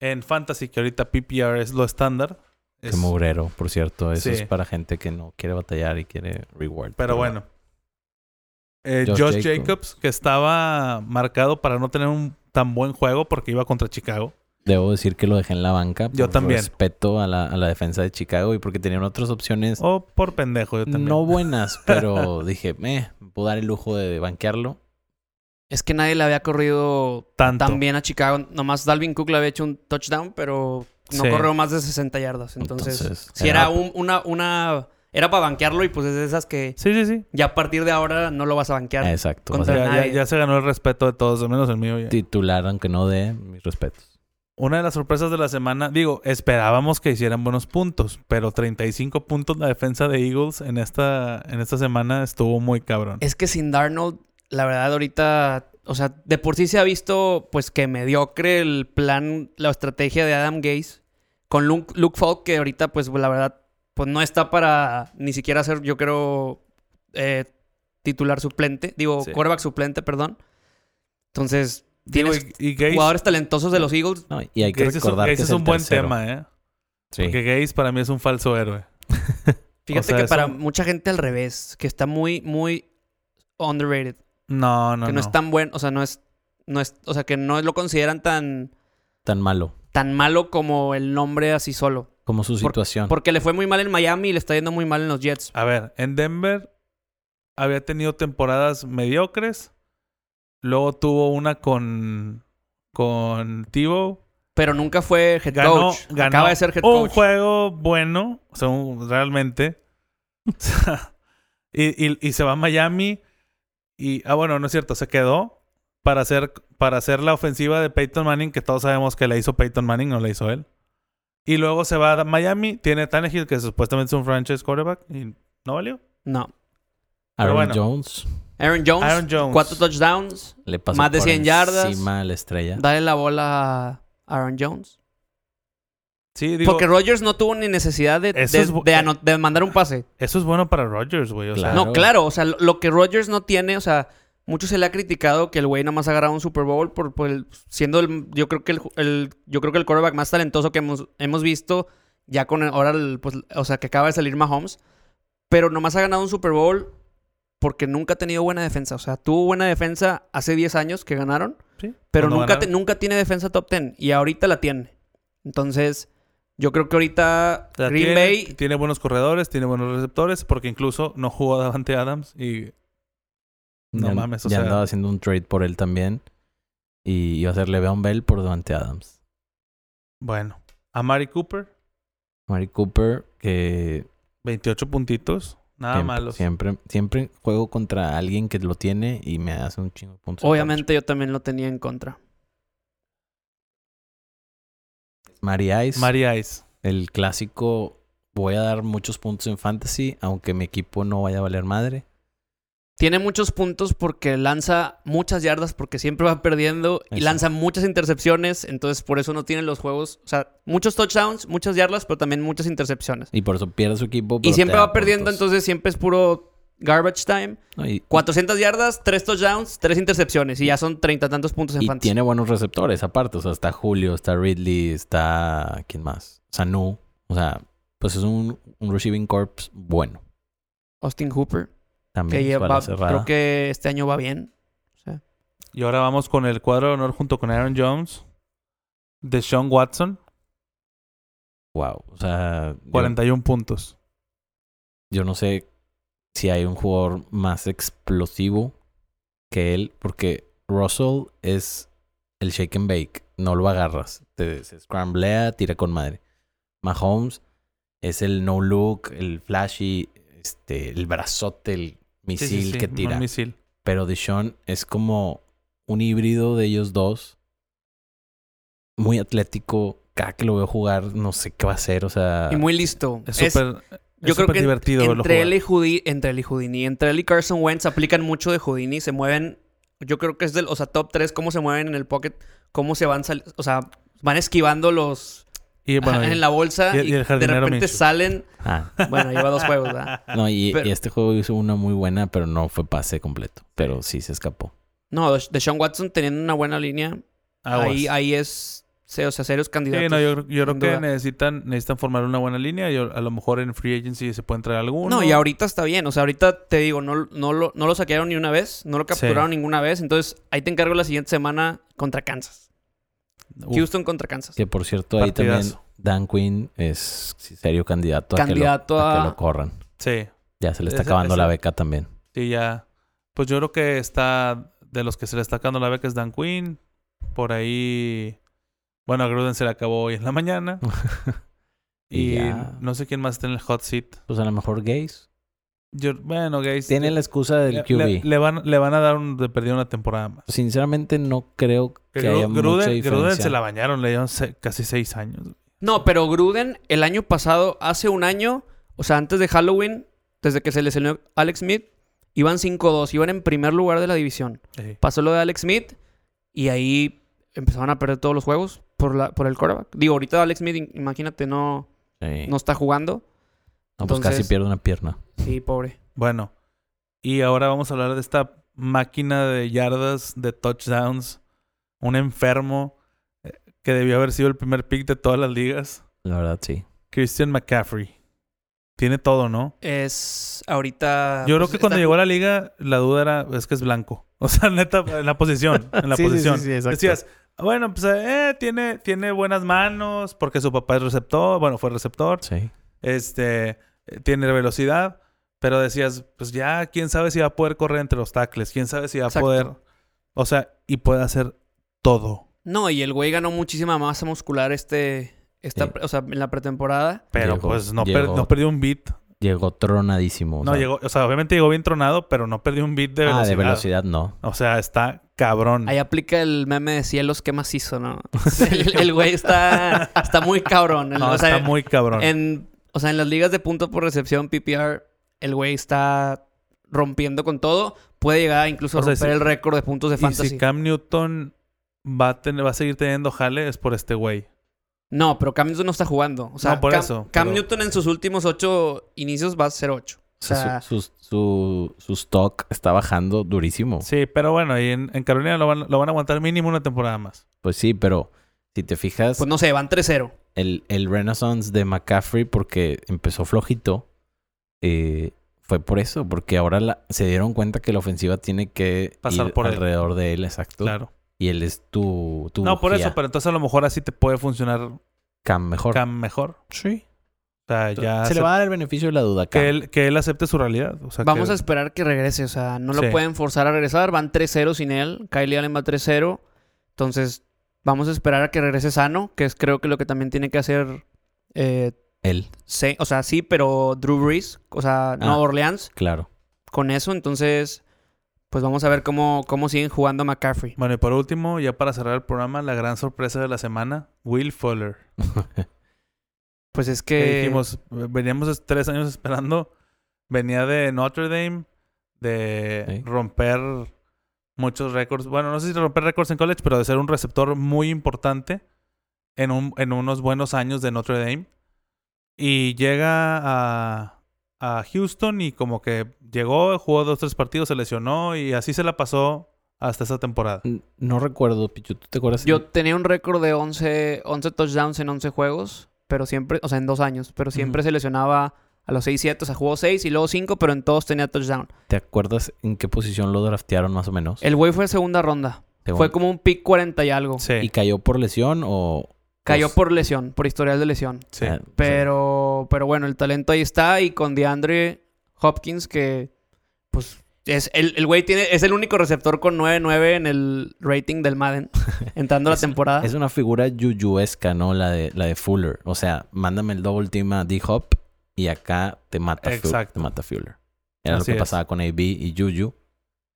S1: en fantasy, que ahorita PPR es lo estándar.
S2: Qué
S1: es-
S2: mugrero, por cierto. Eso
S1: Sí.
S2: es para gente que no quiere batallar y quiere reward.
S1: pero bueno. Eh,
S2: Josh
S1: Josh,
S2: Jacobs.
S1: Jacobs. que estaba marcado para no tener un tan buen juego porque iba contra Chicago.
S2: Debo decir que lo dejé en la banca.
S1: Yo
S2: por
S1: también.
S2: Respeto a la, a la defensa de Chicago y porque tenían otras opciones
S1: O por pendejo, Oh, yo también.
S2: no buenas, pero dije, meh, me puedo dar el lujo de banquearlo.
S3: Es que nadie le había corrido
S1: Tanto.
S3: tan bien a Chicago. Nomás Dalvin Cook le había hecho un touchdown, pero no
S1: Sí.
S3: corrió más de 60 yardas. Entonces,
S2: Entonces,
S3: si era
S2: era-
S3: un- una, una... Era para banquearlo y pues es de esas que
S1: Sí, sí, sí.
S3: ya a partir de ahora no lo vas a banquear.
S2: Exacto.
S3: Contra-
S2: O sea,
S1: Ya, ya-
S3: nadie.
S1: ya se ganó el respeto de todos, al menos el mío. ya.
S2: titular, aunque no de mis respetos.
S1: Una de las sorpresas de la semana, digo, esperábamos que hicieran buenos puntos, pero 35 puntos la defensa de Eagles en esta, en esta semana estuvo muy cabrón.
S3: Es que sin Darnold, la verdad, ahorita, o sea, de por sí se ha visto, pues, que mediocre el plan, la estrategia de Adam Gaze con Luke, Luke Falk, que ahorita, pues, la verdad, pues no está para ni siquiera ser, yo creo, eh, titular suplente, digo,
S1: Sí.
S3: quarterback suplente, perdón. Entonces,
S1: Digo,
S3: tienes
S1: y, y Gaze-
S3: jugadores talentosos de los Eagles.
S2: No, y hay que
S1: Gaze es un-
S2: recordar
S1: Gaze
S2: que
S1: es un
S2: el
S1: buen
S2: tercero.
S1: tema, ¿eh?
S2: Sí.
S1: Porque Gaze para mí es un falso héroe.
S3: Fíjate
S1: sea,
S3: que
S1: es
S3: para
S1: un-
S3: mucha gente al revés, que está muy, muy underrated.
S1: No, no,
S3: que no,
S1: no.
S3: es tan bueno, o sea, no es, no es, o sea, que no lo consideran tan,
S2: Tan malo
S3: tan malo como el nombre así solo.
S2: como su situación.
S3: Porque le fue muy mal en Miami y le está yendo muy mal en los Jets.
S1: A ver, en Denver había tenido temporadas mediocres, luego tuvo una con, con Tebow,
S3: Pero nunca fue head
S1: ganó,
S3: coach.
S1: ganó
S3: Acaba de ser head
S1: un
S3: coach.
S1: juego bueno, o sea, un- realmente. O sea, y, y- y se va a Miami y ah bueno, no es cierto, se quedó para hacer para hacer la ofensiva de Peyton Manning que todos sabemos que la hizo Peyton Manning, no la hizo él. Y luego se va a Miami, tiene a Tannehill que supuestamente es un franchise quarterback y no valió.
S3: No.
S1: pero
S2: Aaron
S1: bueno.
S2: Jones
S3: Aaron Jones,
S1: Aaron Jones.
S3: cuatro touchdowns.
S2: le pasó
S3: Más de
S2: por
S3: 100 yardas.
S2: encima a la estrella.
S3: Dale la bola a Aaron Jones.
S1: Sí, digo,
S3: Porque Rodgers no tuvo ni necesidad de, de,
S1: Eso es bu-
S3: de ano- de mandar un pase.
S1: eso es bueno para Rodgers, güey, o sea,
S2: Claro.
S3: No, claro. O sea, lo, lo que Rodgers no tiene, o sea, mucho se le ha criticado que el güey nomás ha ganado un Super Bowl por, por el- siendo el, yo creo que el, ju- el- yo creo que el quarterback más talentoso que hemos, hemos visto ya con el- ahora el, pues, o sea, que acaba de salir Mahomes, pero nomás ha ganado un Super Bowl porque nunca ha tenido buena defensa, o sea, tuvo buena defensa hace 10 años que ganaron,
S1: sí,
S3: pero
S1: cuando
S3: nunca, te-
S1: ganaron.
S3: nunca tiene defensa top 10 y ahorita la tiene. Entonces, yo creo que ahorita
S1: O sea,
S3: Green
S1: tiene,
S3: Bay
S1: tiene buenos corredores, tiene buenos receptores, porque incluso no jugó Davante Adams y No
S2: ya,
S1: mames, o
S2: ya
S1: sea-
S2: andaba haciendo un trade por él también. Y iba a hacerle Le'Veon Bell por Devante Adams.
S1: Bueno, Amari Cooper,
S2: Mari Cooper, que
S1: 28 puntitos. Nada
S2: siempre,
S1: malos.
S2: siempre, siempre juego contra alguien que lo tiene y me hace un chingo de puntos.
S3: obviamente yo también lo tenía en contra.
S2: Mari Ice,
S1: Mari Ice.
S2: el clásico. Voy a dar muchos puntos en fantasy, aunque mi equipo no vaya a valer madre.
S3: Tiene muchos puntos porque lanza muchas yardas porque siempre va perdiendo y
S2: Exacto.
S3: lanza muchas intercepciones, entonces por eso no tiene los juegos, o sea, muchos touchdowns, muchas yardas, pero también muchas intercepciones.
S2: Y por eso pierde su equipo.
S3: Y
S2: pero
S3: siempre
S2: te da
S3: va perdiendo,
S2: puntos.
S3: entonces siempre es puro garbage time.
S2: No, y,
S3: 400 yardas, 3 touchdowns, 3 intercepciones y ya son treinta tantos puntos en
S2: y
S3: fantasy.
S2: tiene buenos receptores aparte. O sea, está Julio, está Ridley, está. ¿Quién más? Sanu. O sea, pues es un, un receiving corps bueno.
S3: Austin Hooper,
S2: También
S3: que
S2: es
S3: lleva,
S2: Pues, bala cerrada.
S3: creo que este año va bien.
S1: Y ahora vamos con el cuadro de honor junto con Aaron Jones, de Sean Watson,
S2: Wow. O sea, yo-
S1: 41 puntos.
S2: yo no sé si hay un jugador más explosivo que él, porque Russell es el shake and bake, no lo agarras, te se scramblea, tira con madre. Mahomes es el no look, el flashy, este, el brazote, el
S1: Sí,
S2: misil
S1: sí, sí,
S2: que
S1: un
S2: tira.
S1: misil.
S2: Pero Deshaun es como un híbrido de ellos dos. Muy atlético. Cada que lo veo jugar, no sé qué va a hacer. O sea,
S3: Y muy listo.
S1: Es
S3: Es-
S1: súper
S3: Yo creo que en-
S1: divertido verlo
S3: entre
S1: jugar.
S3: él, y Houdi- entre él y Houdini, entre él y Carson Wentz aplican mucho de Houdini, se mueven, yo creo que es del, o sea, top 3, cómo se mueven en el pocket, cómo se van, sal- o sea, van esquivando los
S1: Y bueno,
S3: en la bolsa
S1: y-
S3: y,
S1: y el
S3: de
S1: jardinero
S3: repente
S1: Minshew.
S3: salen,
S2: ah,
S3: bueno, lleva dos juegos, ¿verdad?
S2: No, y, y
S3: Pero-
S2: este juego hizo una muy buena, pero no fue pase completo. Pero sí se escapó.
S3: No, de Sean Watson teniendo una buena línea,
S1: aguas.
S3: ahí ahí es, se- o sea, serios candidatos.
S1: Sí, no, yo, yo creo
S3: sin
S1: que
S3: duda.
S1: necesitan, necesitan formar una buena línea. y a lo mejor en free agency se puede entrar alguno.
S3: No, y ahorita está bien. O sea, ahorita te digo, no, no, lo, no lo saquearon ni una vez, no lo capturaron ninguna vez. Entonces, ahí te encargo la siguiente semana contra Kansas.
S1: Uf,
S3: Houston contra Kansas.
S2: Que por cierto, ahí también
S1: Partidazo.
S2: Dan Quinn es serio candidato, a,
S3: Candidato
S2: que lo,
S3: a-
S2: que lo corran.
S1: Sí,
S2: Ya se le está
S1: Esa-
S2: acabando la
S1: esa-
S2: beca también.
S1: sí, ya. Pues yo creo que está. De los que se le está sacando la beca es Dan Quinn. Por ahí. Bueno, a Gruden se le acabó hoy en la mañana.
S2: Y
S1: y
S2: ya.
S1: no sé quién más está en el hot seat.
S2: Pues a lo mejor Gays.
S1: Yo, bueno, Gates.
S2: Tiene la excusa del
S1: le,
S2: QB.
S1: le- le van, le van a dar un, de perdido una temporada más.
S2: Sinceramente, no creo que
S1: Gru-
S2: haya mucha
S1: Gruden,
S2: diferencia.
S1: Gruden se la bañaron, le dieron se- casi seis años.
S3: No, pero Gruden, el año pasado, hace un año, o sea, antes de Halloween, desde que se lesionó Alex Smith, iban 5-2, iban en primer lugar de la división.
S1: Sí.
S3: Pasó lo de Alex Smith y ahí empezaron a perder todos los juegos por, la, por el quarterback. Digo, ahorita Alex Smith, imagínate, no,
S2: Sí.
S3: no
S2: No,
S3: está jugando.
S2: pues casi
S3: entonces-
S2: pierde una pierna.
S3: Sí, pobre.
S1: Bueno, y ahora vamos a hablar de esta máquina de yardas, de touchdowns, un enfermo eh, que debió haber sido el primer pick de todas las ligas,
S2: La verdad, sí.
S1: Christian McCaffrey. Tiene todo, ¿no?
S3: Es ahorita.
S1: Yo creo
S3: pues,
S1: que cuando
S3: está-
S1: llegó a la liga, la duda era, es que es blanco. O sea, neta, en la posición, en la posición. Decías, bueno, pues eh, tiene, tiene buenas manos porque su papá es receptor, bueno, fue receptor.
S2: Sí.
S1: Este, eh, tiene velocidad, pero decías, pues ya, quién sabe si va a poder correr entre los tackles, quién sabe si va
S3: Exacto.
S1: a poder. O sea, y puede hacer todo,
S3: No, y el güey ganó muchísima masa muscular este. Esta,
S2: Sí.
S3: O sea, en la pretemporada.
S1: pero
S2: Llegó-
S1: pues no, per-
S2: llegó.
S1: no perdió un beat.
S2: Llegó tronadísimo. o
S1: no
S2: sea.
S1: llegó, o sea, obviamente llegó bien tronado, pero no perdió un beat de velocidad.
S2: Ah, de velocidad no.
S1: O sea, está cabrón.
S3: Ahí aplica el meme de cielos que macizo, ¿no? el, el güey está, está muy cabrón. El-
S1: No,
S3: o sea,
S1: está muy cabrón.
S3: en, o sea, en las ligas de punto por recepción, PPR, el güey está rompiendo con todo. Puede llegar incluso a
S1: O sea,
S3: romper
S1: sí.
S3: el récord de puntos de
S1: y
S3: fantasy.
S1: si Cam Newton va a, tener, va a seguir teniendo jale, es por este güey.
S3: No, pero Cam Newton no está jugando. O sea,
S1: No, por
S3: Cam,
S1: eso,
S3: Cam
S1: pero-
S3: Newton en sus últimos ocho inicios va a ser ocho. O
S2: O sea,
S3: sea,
S2: su, su, su- su stock está bajando durísimo.
S1: Sí, pero bueno, y en, en Carolina lo van, lo van a aguantar mínimo una temporada más.
S2: Pues sí, pero si te fijas,
S3: pues no sé, van 3-0.
S2: el, el renaissance de McCaffrey, porque empezó flojito, eh, fue por eso, porque ahora la- se dieron cuenta que la ofensiva tiene que
S1: Pasar
S2: ir
S1: por él.
S2: alrededor de él, exacto.
S1: Claro.
S2: Y él es tu, tu
S1: No, por
S2: bujía.
S1: eso, pero entonces a lo mejor así te puede funcionar
S2: Cam mejor.
S1: Cam mejor.
S2: Sí.
S1: O sea, ya
S2: se le
S1: acep-
S2: va a dar el beneficio de la duda, Cam.
S1: que él, que él acepte su realidad. O sea,
S3: Vamos
S1: que-
S3: a esperar que regrese, o sea, no lo
S1: Sí.
S3: pueden forzar a regresar, van 3-0 sin él, Kylie Allen va 3-0, entonces vamos a esperar a que regrese sano, que es creo que lo que también tiene que hacer, eh,
S2: Él,
S3: Se- o sea, sí, pero Drew Brees, o sea, no
S2: Ah.
S3: Orleans,
S2: claro.
S3: con eso, entonces, pues vamos a ver cómo, cómo siguen jugando a McCaffrey.
S1: Bueno, y por último, ya para cerrar el programa, la gran sorpresa de la semana, Will Fuller.
S3: Pues es
S1: Que
S3: que...
S1: dijimos, veníamos es- tres años esperando. Venía de Notre Dame, de
S2: Sí.
S1: romper muchos récords. Bueno, no sé si romper récords en college, pero de ser un receptor muy importante en, un- en unos buenos años de Notre Dame. Y llega a, a Houston y como que llegó, jugó dos, tres partidos, se lesionó y así se la pasó hasta esa temporada.
S2: N- No recuerdo, Pichu, ¿tú te acuerdas?
S3: Yo tenía un récord de 11, 11 touchdowns en 11 juegos, pero siempre, o sea, en dos años, pero siempre
S1: Ujú.
S3: se lesionaba a los 6-7, o sea, jugó 6 y luego 5, pero en todos tenía touchdown.
S2: ¿Te acuerdas en qué posición lo draftearon más o menos?
S3: El güey fue en segunda ronda.
S2: Según-
S3: Fue como un pick 40 y algo.
S1: Sí,
S2: ¿Y cayó por lesión o...?
S3: Cayó
S2: pues,
S3: por lesión, por historial de lesión.
S1: sí.
S2: ah, o sea,
S3: Pero, pero bueno, el talento ahí está. Y con DeAndre Hopkins, que pues es el, el güey tiene, es el único receptor con 9-9 en el rating del Madden, entrando la
S1: Ah.
S3: temporada.
S2: Es una figura yuyuesca, ¿no? La de, la de Fuller. O sea, mándame el double team a D-Hop y acá te mata, Fu-
S1: Exacto.
S2: te mata Fuller. Era
S1: Así
S2: lo que
S1: es.
S2: pasaba con AB y Yuyu.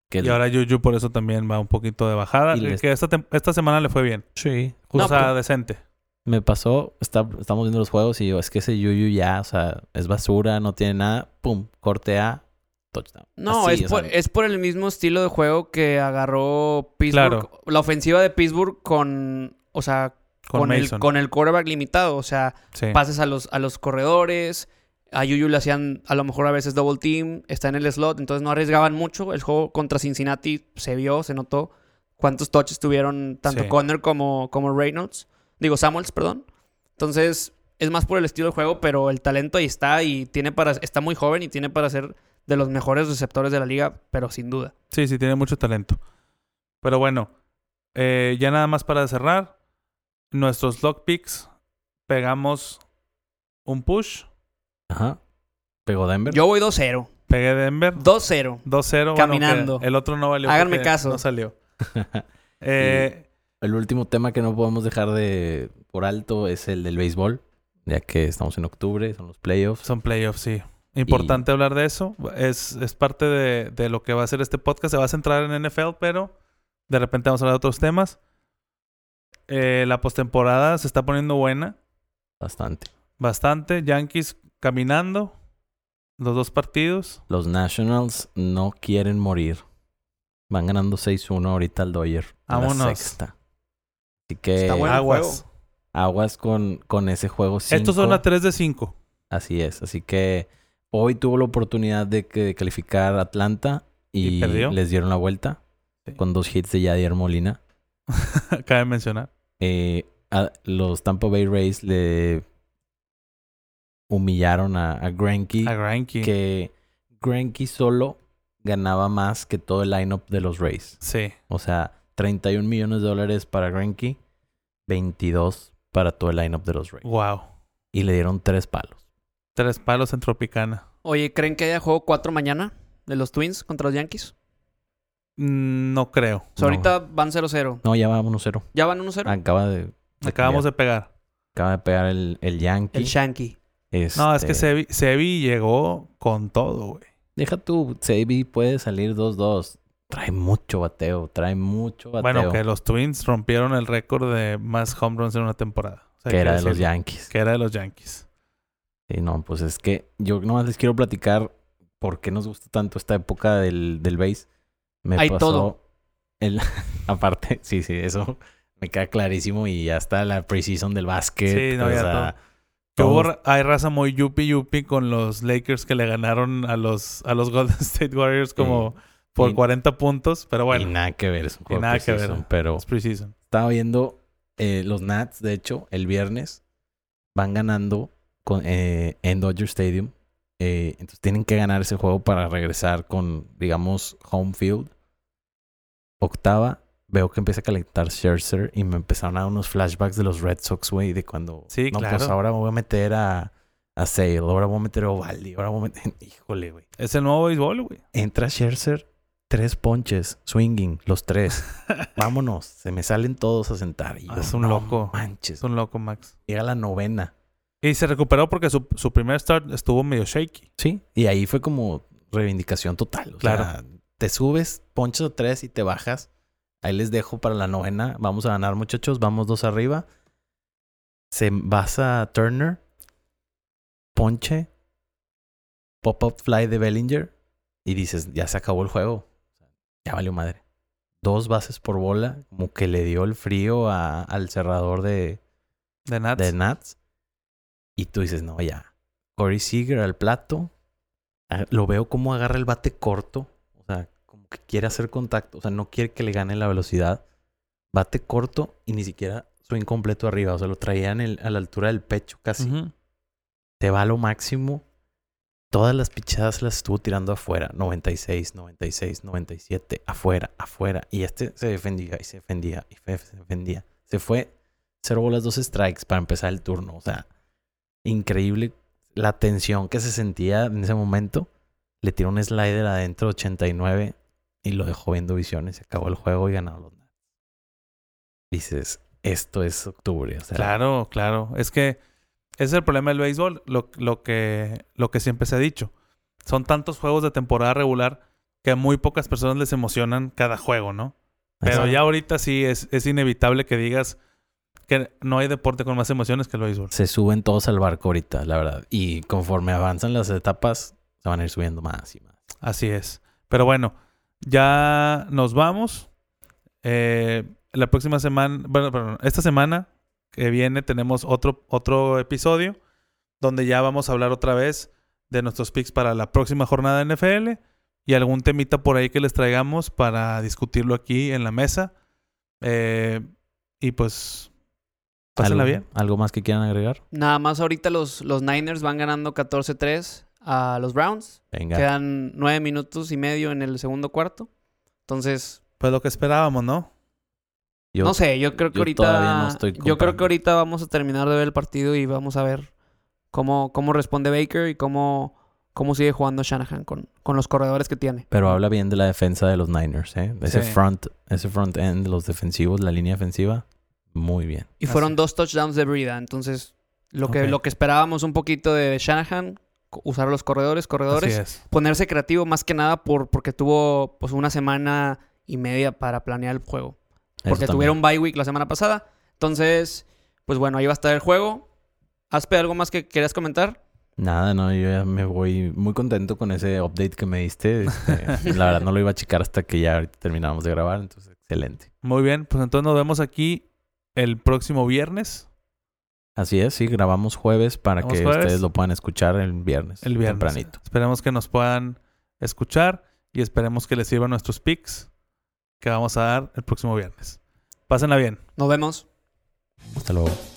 S2: Que
S1: Y ahora Juju por eso también va un poquito de bajada. Eh,
S2: Y les-
S1: Que esta, tem- esta semana le fue bien.
S2: Sí.
S1: o sea, decente.
S2: Me pasó, está- estamos viendo los juegos y yo, es que ese Yuyu ya, o sea, es basura, no tiene nada. Pum, corte A, touchdown.
S3: no,
S2: Así,
S3: es,
S2: o sea,
S3: por, es por el mismo estilo de juego que agarró Pittsburgh.
S1: Claro.
S3: La ofensiva de Pittsburgh con, o sea,
S1: Con,
S3: con, el,
S1: Mason.
S3: con el quarterback limitado. O sea,
S1: Sí.
S3: pases a los, a los corredores. A Yuyu le hacían a lo mejor a veces double team, está en el slot, entonces no arriesgaban mucho. El juego contra Cincinnati se vio, se notó cuántos touches tuvieron tanto
S1: Sí.
S3: Conner como, como Reynolds. Digo, Samuels, perdón. Entonces, es más por el estilo de juego, pero el talento ahí está y tiene para está muy joven y tiene para ser de los mejores receptores de la liga, pero sin duda.
S1: Sí, sí, tiene mucho talento. Pero bueno, eh, ya nada más para cerrar, nuestros lock picks, pegamos un push,
S2: Ajá. Pegó Denver.
S3: Yo voy 2-0.
S1: pegué Denver,
S3: 2-0.
S1: 2-0. bueno,
S3: Caminando.
S1: que el otro no valió.
S3: Háganme
S1: porque
S3: caso.
S1: No salió. Eh,
S2: El último tema que no podemos dejar de por alto es el del béisbol, ya que estamos en octubre, son los playoffs.
S1: son playoffs, sí. Importante hablar de eso. Es, es parte de, de lo que va a ser este podcast. Se va a centrar en NFL, pero de repente vamos a hablar de otros temas. Eh, la postemporada se está poniendo buena.
S2: Bastante.
S1: Bastante. Yankees caminando. Los dos partidos.
S2: Los Nationals no quieren morir. Van ganando 6-1 ahorita al Dodger. en La
S1: Vámonos.
S2: sexta. Así que
S1: Eh,
S3: Está bueno. el
S1: Aguas.
S2: aguas con, con ese juego 5.
S1: Estos son a 3 de 5.
S2: Así es. Así que hoy tuvo la oportunidad de, que- de calificar Atlanta y,
S1: Y perdió.
S2: les dieron la vuelta
S1: Sí.
S2: con dos hits de Yadier Molina.
S1: Cabe mencionar.
S2: Eh, a- los Tampa Bay Rays le humillaron a, a Greinke,
S1: A Granky.
S2: que Greinke solo ganaba más que todo el lineup de los Rays.
S1: Sí.
S2: O sea, 31 millones de dólares para Greinke, 22 para todo el lineup de los Rays.
S1: Wow.
S2: Y le dieron tres palos.
S1: Tres palos en Tropicana.
S3: Oye, ¿creen que haya juego 4 mañana de los Twins contra los Yankees?
S1: Mm, No creo.
S3: O sea,
S2: No.
S3: ahorita van 0-0.
S2: No, ya va 1-0.
S3: ¿Ya van 1-0?
S2: Acaba de, de
S1: Acabamos
S2: cambiar.
S1: de pegar.
S2: Acaba de pegar el, el Yankee.
S3: El Shanky.
S1: No, es que
S2: Este,
S1: Sebi, Sebi llegó con todo, güey.
S2: Deja tu Sebi puede salir 2-2. Trae mucho bateo, trae mucho bateo.
S1: Bueno, que los Twins rompieron el récord de más home runs en una temporada. O sea, hay
S2: que era de los
S1: decirlo.
S2: Yankees.
S1: Que era de los Yankees.
S2: Sí, no, pues es que yo nomás les quiero platicar por qué nos gusta tanto esta época del, del base. Me
S3: Hay todo.
S2: El, aparte, sí, sí, eso me queda clarísimo y ya está la preseason del básquet.
S1: Sí, no,
S2: o
S1: ya
S2: sea,
S1: Que
S2: todo
S1: hubo ra- hay raza muy yuppie yuppie con los Lakers que le ganaron a los, a los Golden State Warriors como por
S2: y-
S1: 40 puntos, pero
S2: y
S1: bueno,
S2: nada que ver. Es un juego de
S1: nada que ver. Pues
S2: preseason, Pero
S1: es preseason.
S2: estaba viendo eh, los Nats, de hecho, el viernes van ganando con, eh, en Dodger Stadium. Eh, entonces tienen que ganar ese juego para regresar con, digamos, home field. Octava, veo que empieza a calentar Scherzer y me empezaron a dar unos flashbacks de los Red Sox, güey, de cuando.
S1: Sí,
S2: no, pues
S1: claro.
S2: ahora me voy a meter a, a Sale, ahora voy a meter a Ovaldi, ahora voy a meter. Híjole, güey.
S1: Es el nuevo béisbol, güey.
S2: Entra Scherzer, tres ponches, swinging, los tres. Vámonos, se me salen todos a sentar. Y yo,
S1: Ah, es un
S2: "No
S1: loco.
S2: Manches.
S1: Es un loco, Max.
S2: Era la novena.
S1: Y se recuperó porque su, su primer start estuvo medio shaky.
S2: Sí. Y ahí fue como reivindicación total. o
S1: Claro.
S2: sea, te subes, ponches a tres y te bajas. Ahí les dejo para la novena. Vamos a ganar, muchachos. Vamos dos arriba. Se vas a Turner. Ponche. Pop-up fly de Bellinger. y dices, ya se acabó el juego. Ya valió madre. Dos bases por bola, como que le dio el frío a- al cerrador de,
S1: De Nats.
S2: de Nats. Y tú dices, no, ya. Corey Seager al plato. a- Lo veo como agarra el bate corto. O sea, como que quiere hacer contacto. O sea, no quiere que le gane la velocidad. Bate corto y ni siquiera su incompleto arriba. O sea, lo traían a la altura del pecho casi.
S1: Ujú.
S2: Te va a lo máximo. Todas las pichadas las estuvo tirando afuera. 96, 96, 97. Afuera, afuera. Y este se defendía y se defendía y fe- se defendía. Se fue cero bolas, dos strikes para empezar el turno. O sea, increíble la tensión que se sentía en ese momento. Le tiró un slider adentro 89 y lo dejó viendo visiones. Se acabó el juego y ganaron los Nats. Dices, esto es octubre. O sea,
S1: Claro, claro. Es que ese es el problema del béisbol, lo, lo, que, lo que siempre se ha dicho. Son tantos juegos de temporada regular que a muy pocas personas les emocionan cada juego, ¿no? Pero
S2: exacto.
S1: ya ahorita sí es, es inevitable que digas que no hay deporte con más emociones que el béisbol.
S2: se suben todos al barco ahorita, la verdad. Y conforme avanzan las etapas, se van a ir subiendo más y más.
S1: Así es. Pero bueno, ya nos vamos. Eh, la próxima semana, bueno, perdón, esta semana que viene tenemos otro, otro episodio donde ya vamos a hablar otra vez de nuestros picks para la próxima jornada de NFL y algún temita por ahí que les traigamos para discutirlo aquí en la mesa. Eh, y pues, pásenla
S2: ¿Algo,
S1: bien.
S2: ¿Algo más que quieran agregar?
S3: Nada más ahorita los, los Niners van ganando 14-3 a los Browns.
S2: Venga.
S3: Quedan nueve minutos y medio en el segundo cuarto. Entonces,
S1: Pues lo que esperábamos, ¿no?
S2: Yo-
S3: no sé, yo creo que
S2: yo
S3: ahorita.
S2: todavía no estoy
S3: yo creo
S2: comprando.
S3: que ahorita vamos a terminar de ver el partido y vamos a ver cómo, cómo responde Baker y cómo, cómo sigue jugando Shanahan con, con los corredores que tiene.
S2: Pero habla bien de la defensa de los Niners, ¿eh? Ese
S1: Sí.
S2: front, ese front end de los defensivos, la línea defensiva, muy bien.
S3: Y
S1: Así
S3: fueron
S1: es.
S3: dos touchdowns de Brida. Entonces, lo que,
S1: Ok.
S3: lo que esperábamos un poquito de Shanahan, co- usar los corredores,
S1: Así
S3: corredores.
S1: es.
S3: ponerse creativo más que nada por, porque tuvo pues una semana y media para planear el juego.
S2: Eso
S3: Porque
S2: también.
S3: tuvieron bye week la semana pasada. Entonces, pues bueno, ahí va a estar el juego. Aspe, ¿algo más que querías comentar?
S2: Nada, no, yo ya me voy muy contento con ese update que me diste. este, la verdad, no lo iba a checar hasta que ya ahorita terminamos de grabar, entonces, excelente.
S1: Muy bien, pues entonces nos vemos aquí el próximo viernes.
S2: Así es, sí, grabamos jueves para
S1: Grabamos
S2: que
S1: jueves.
S2: ustedes lo puedan escuchar el viernes.
S1: El viernes.
S2: Tempranito.
S1: Esperemos que nos puedan escuchar y esperemos que les sirvan nuestros picks que vamos a dar el próximo viernes. Pásenla bien.
S3: Nos vemos.
S2: Hasta luego.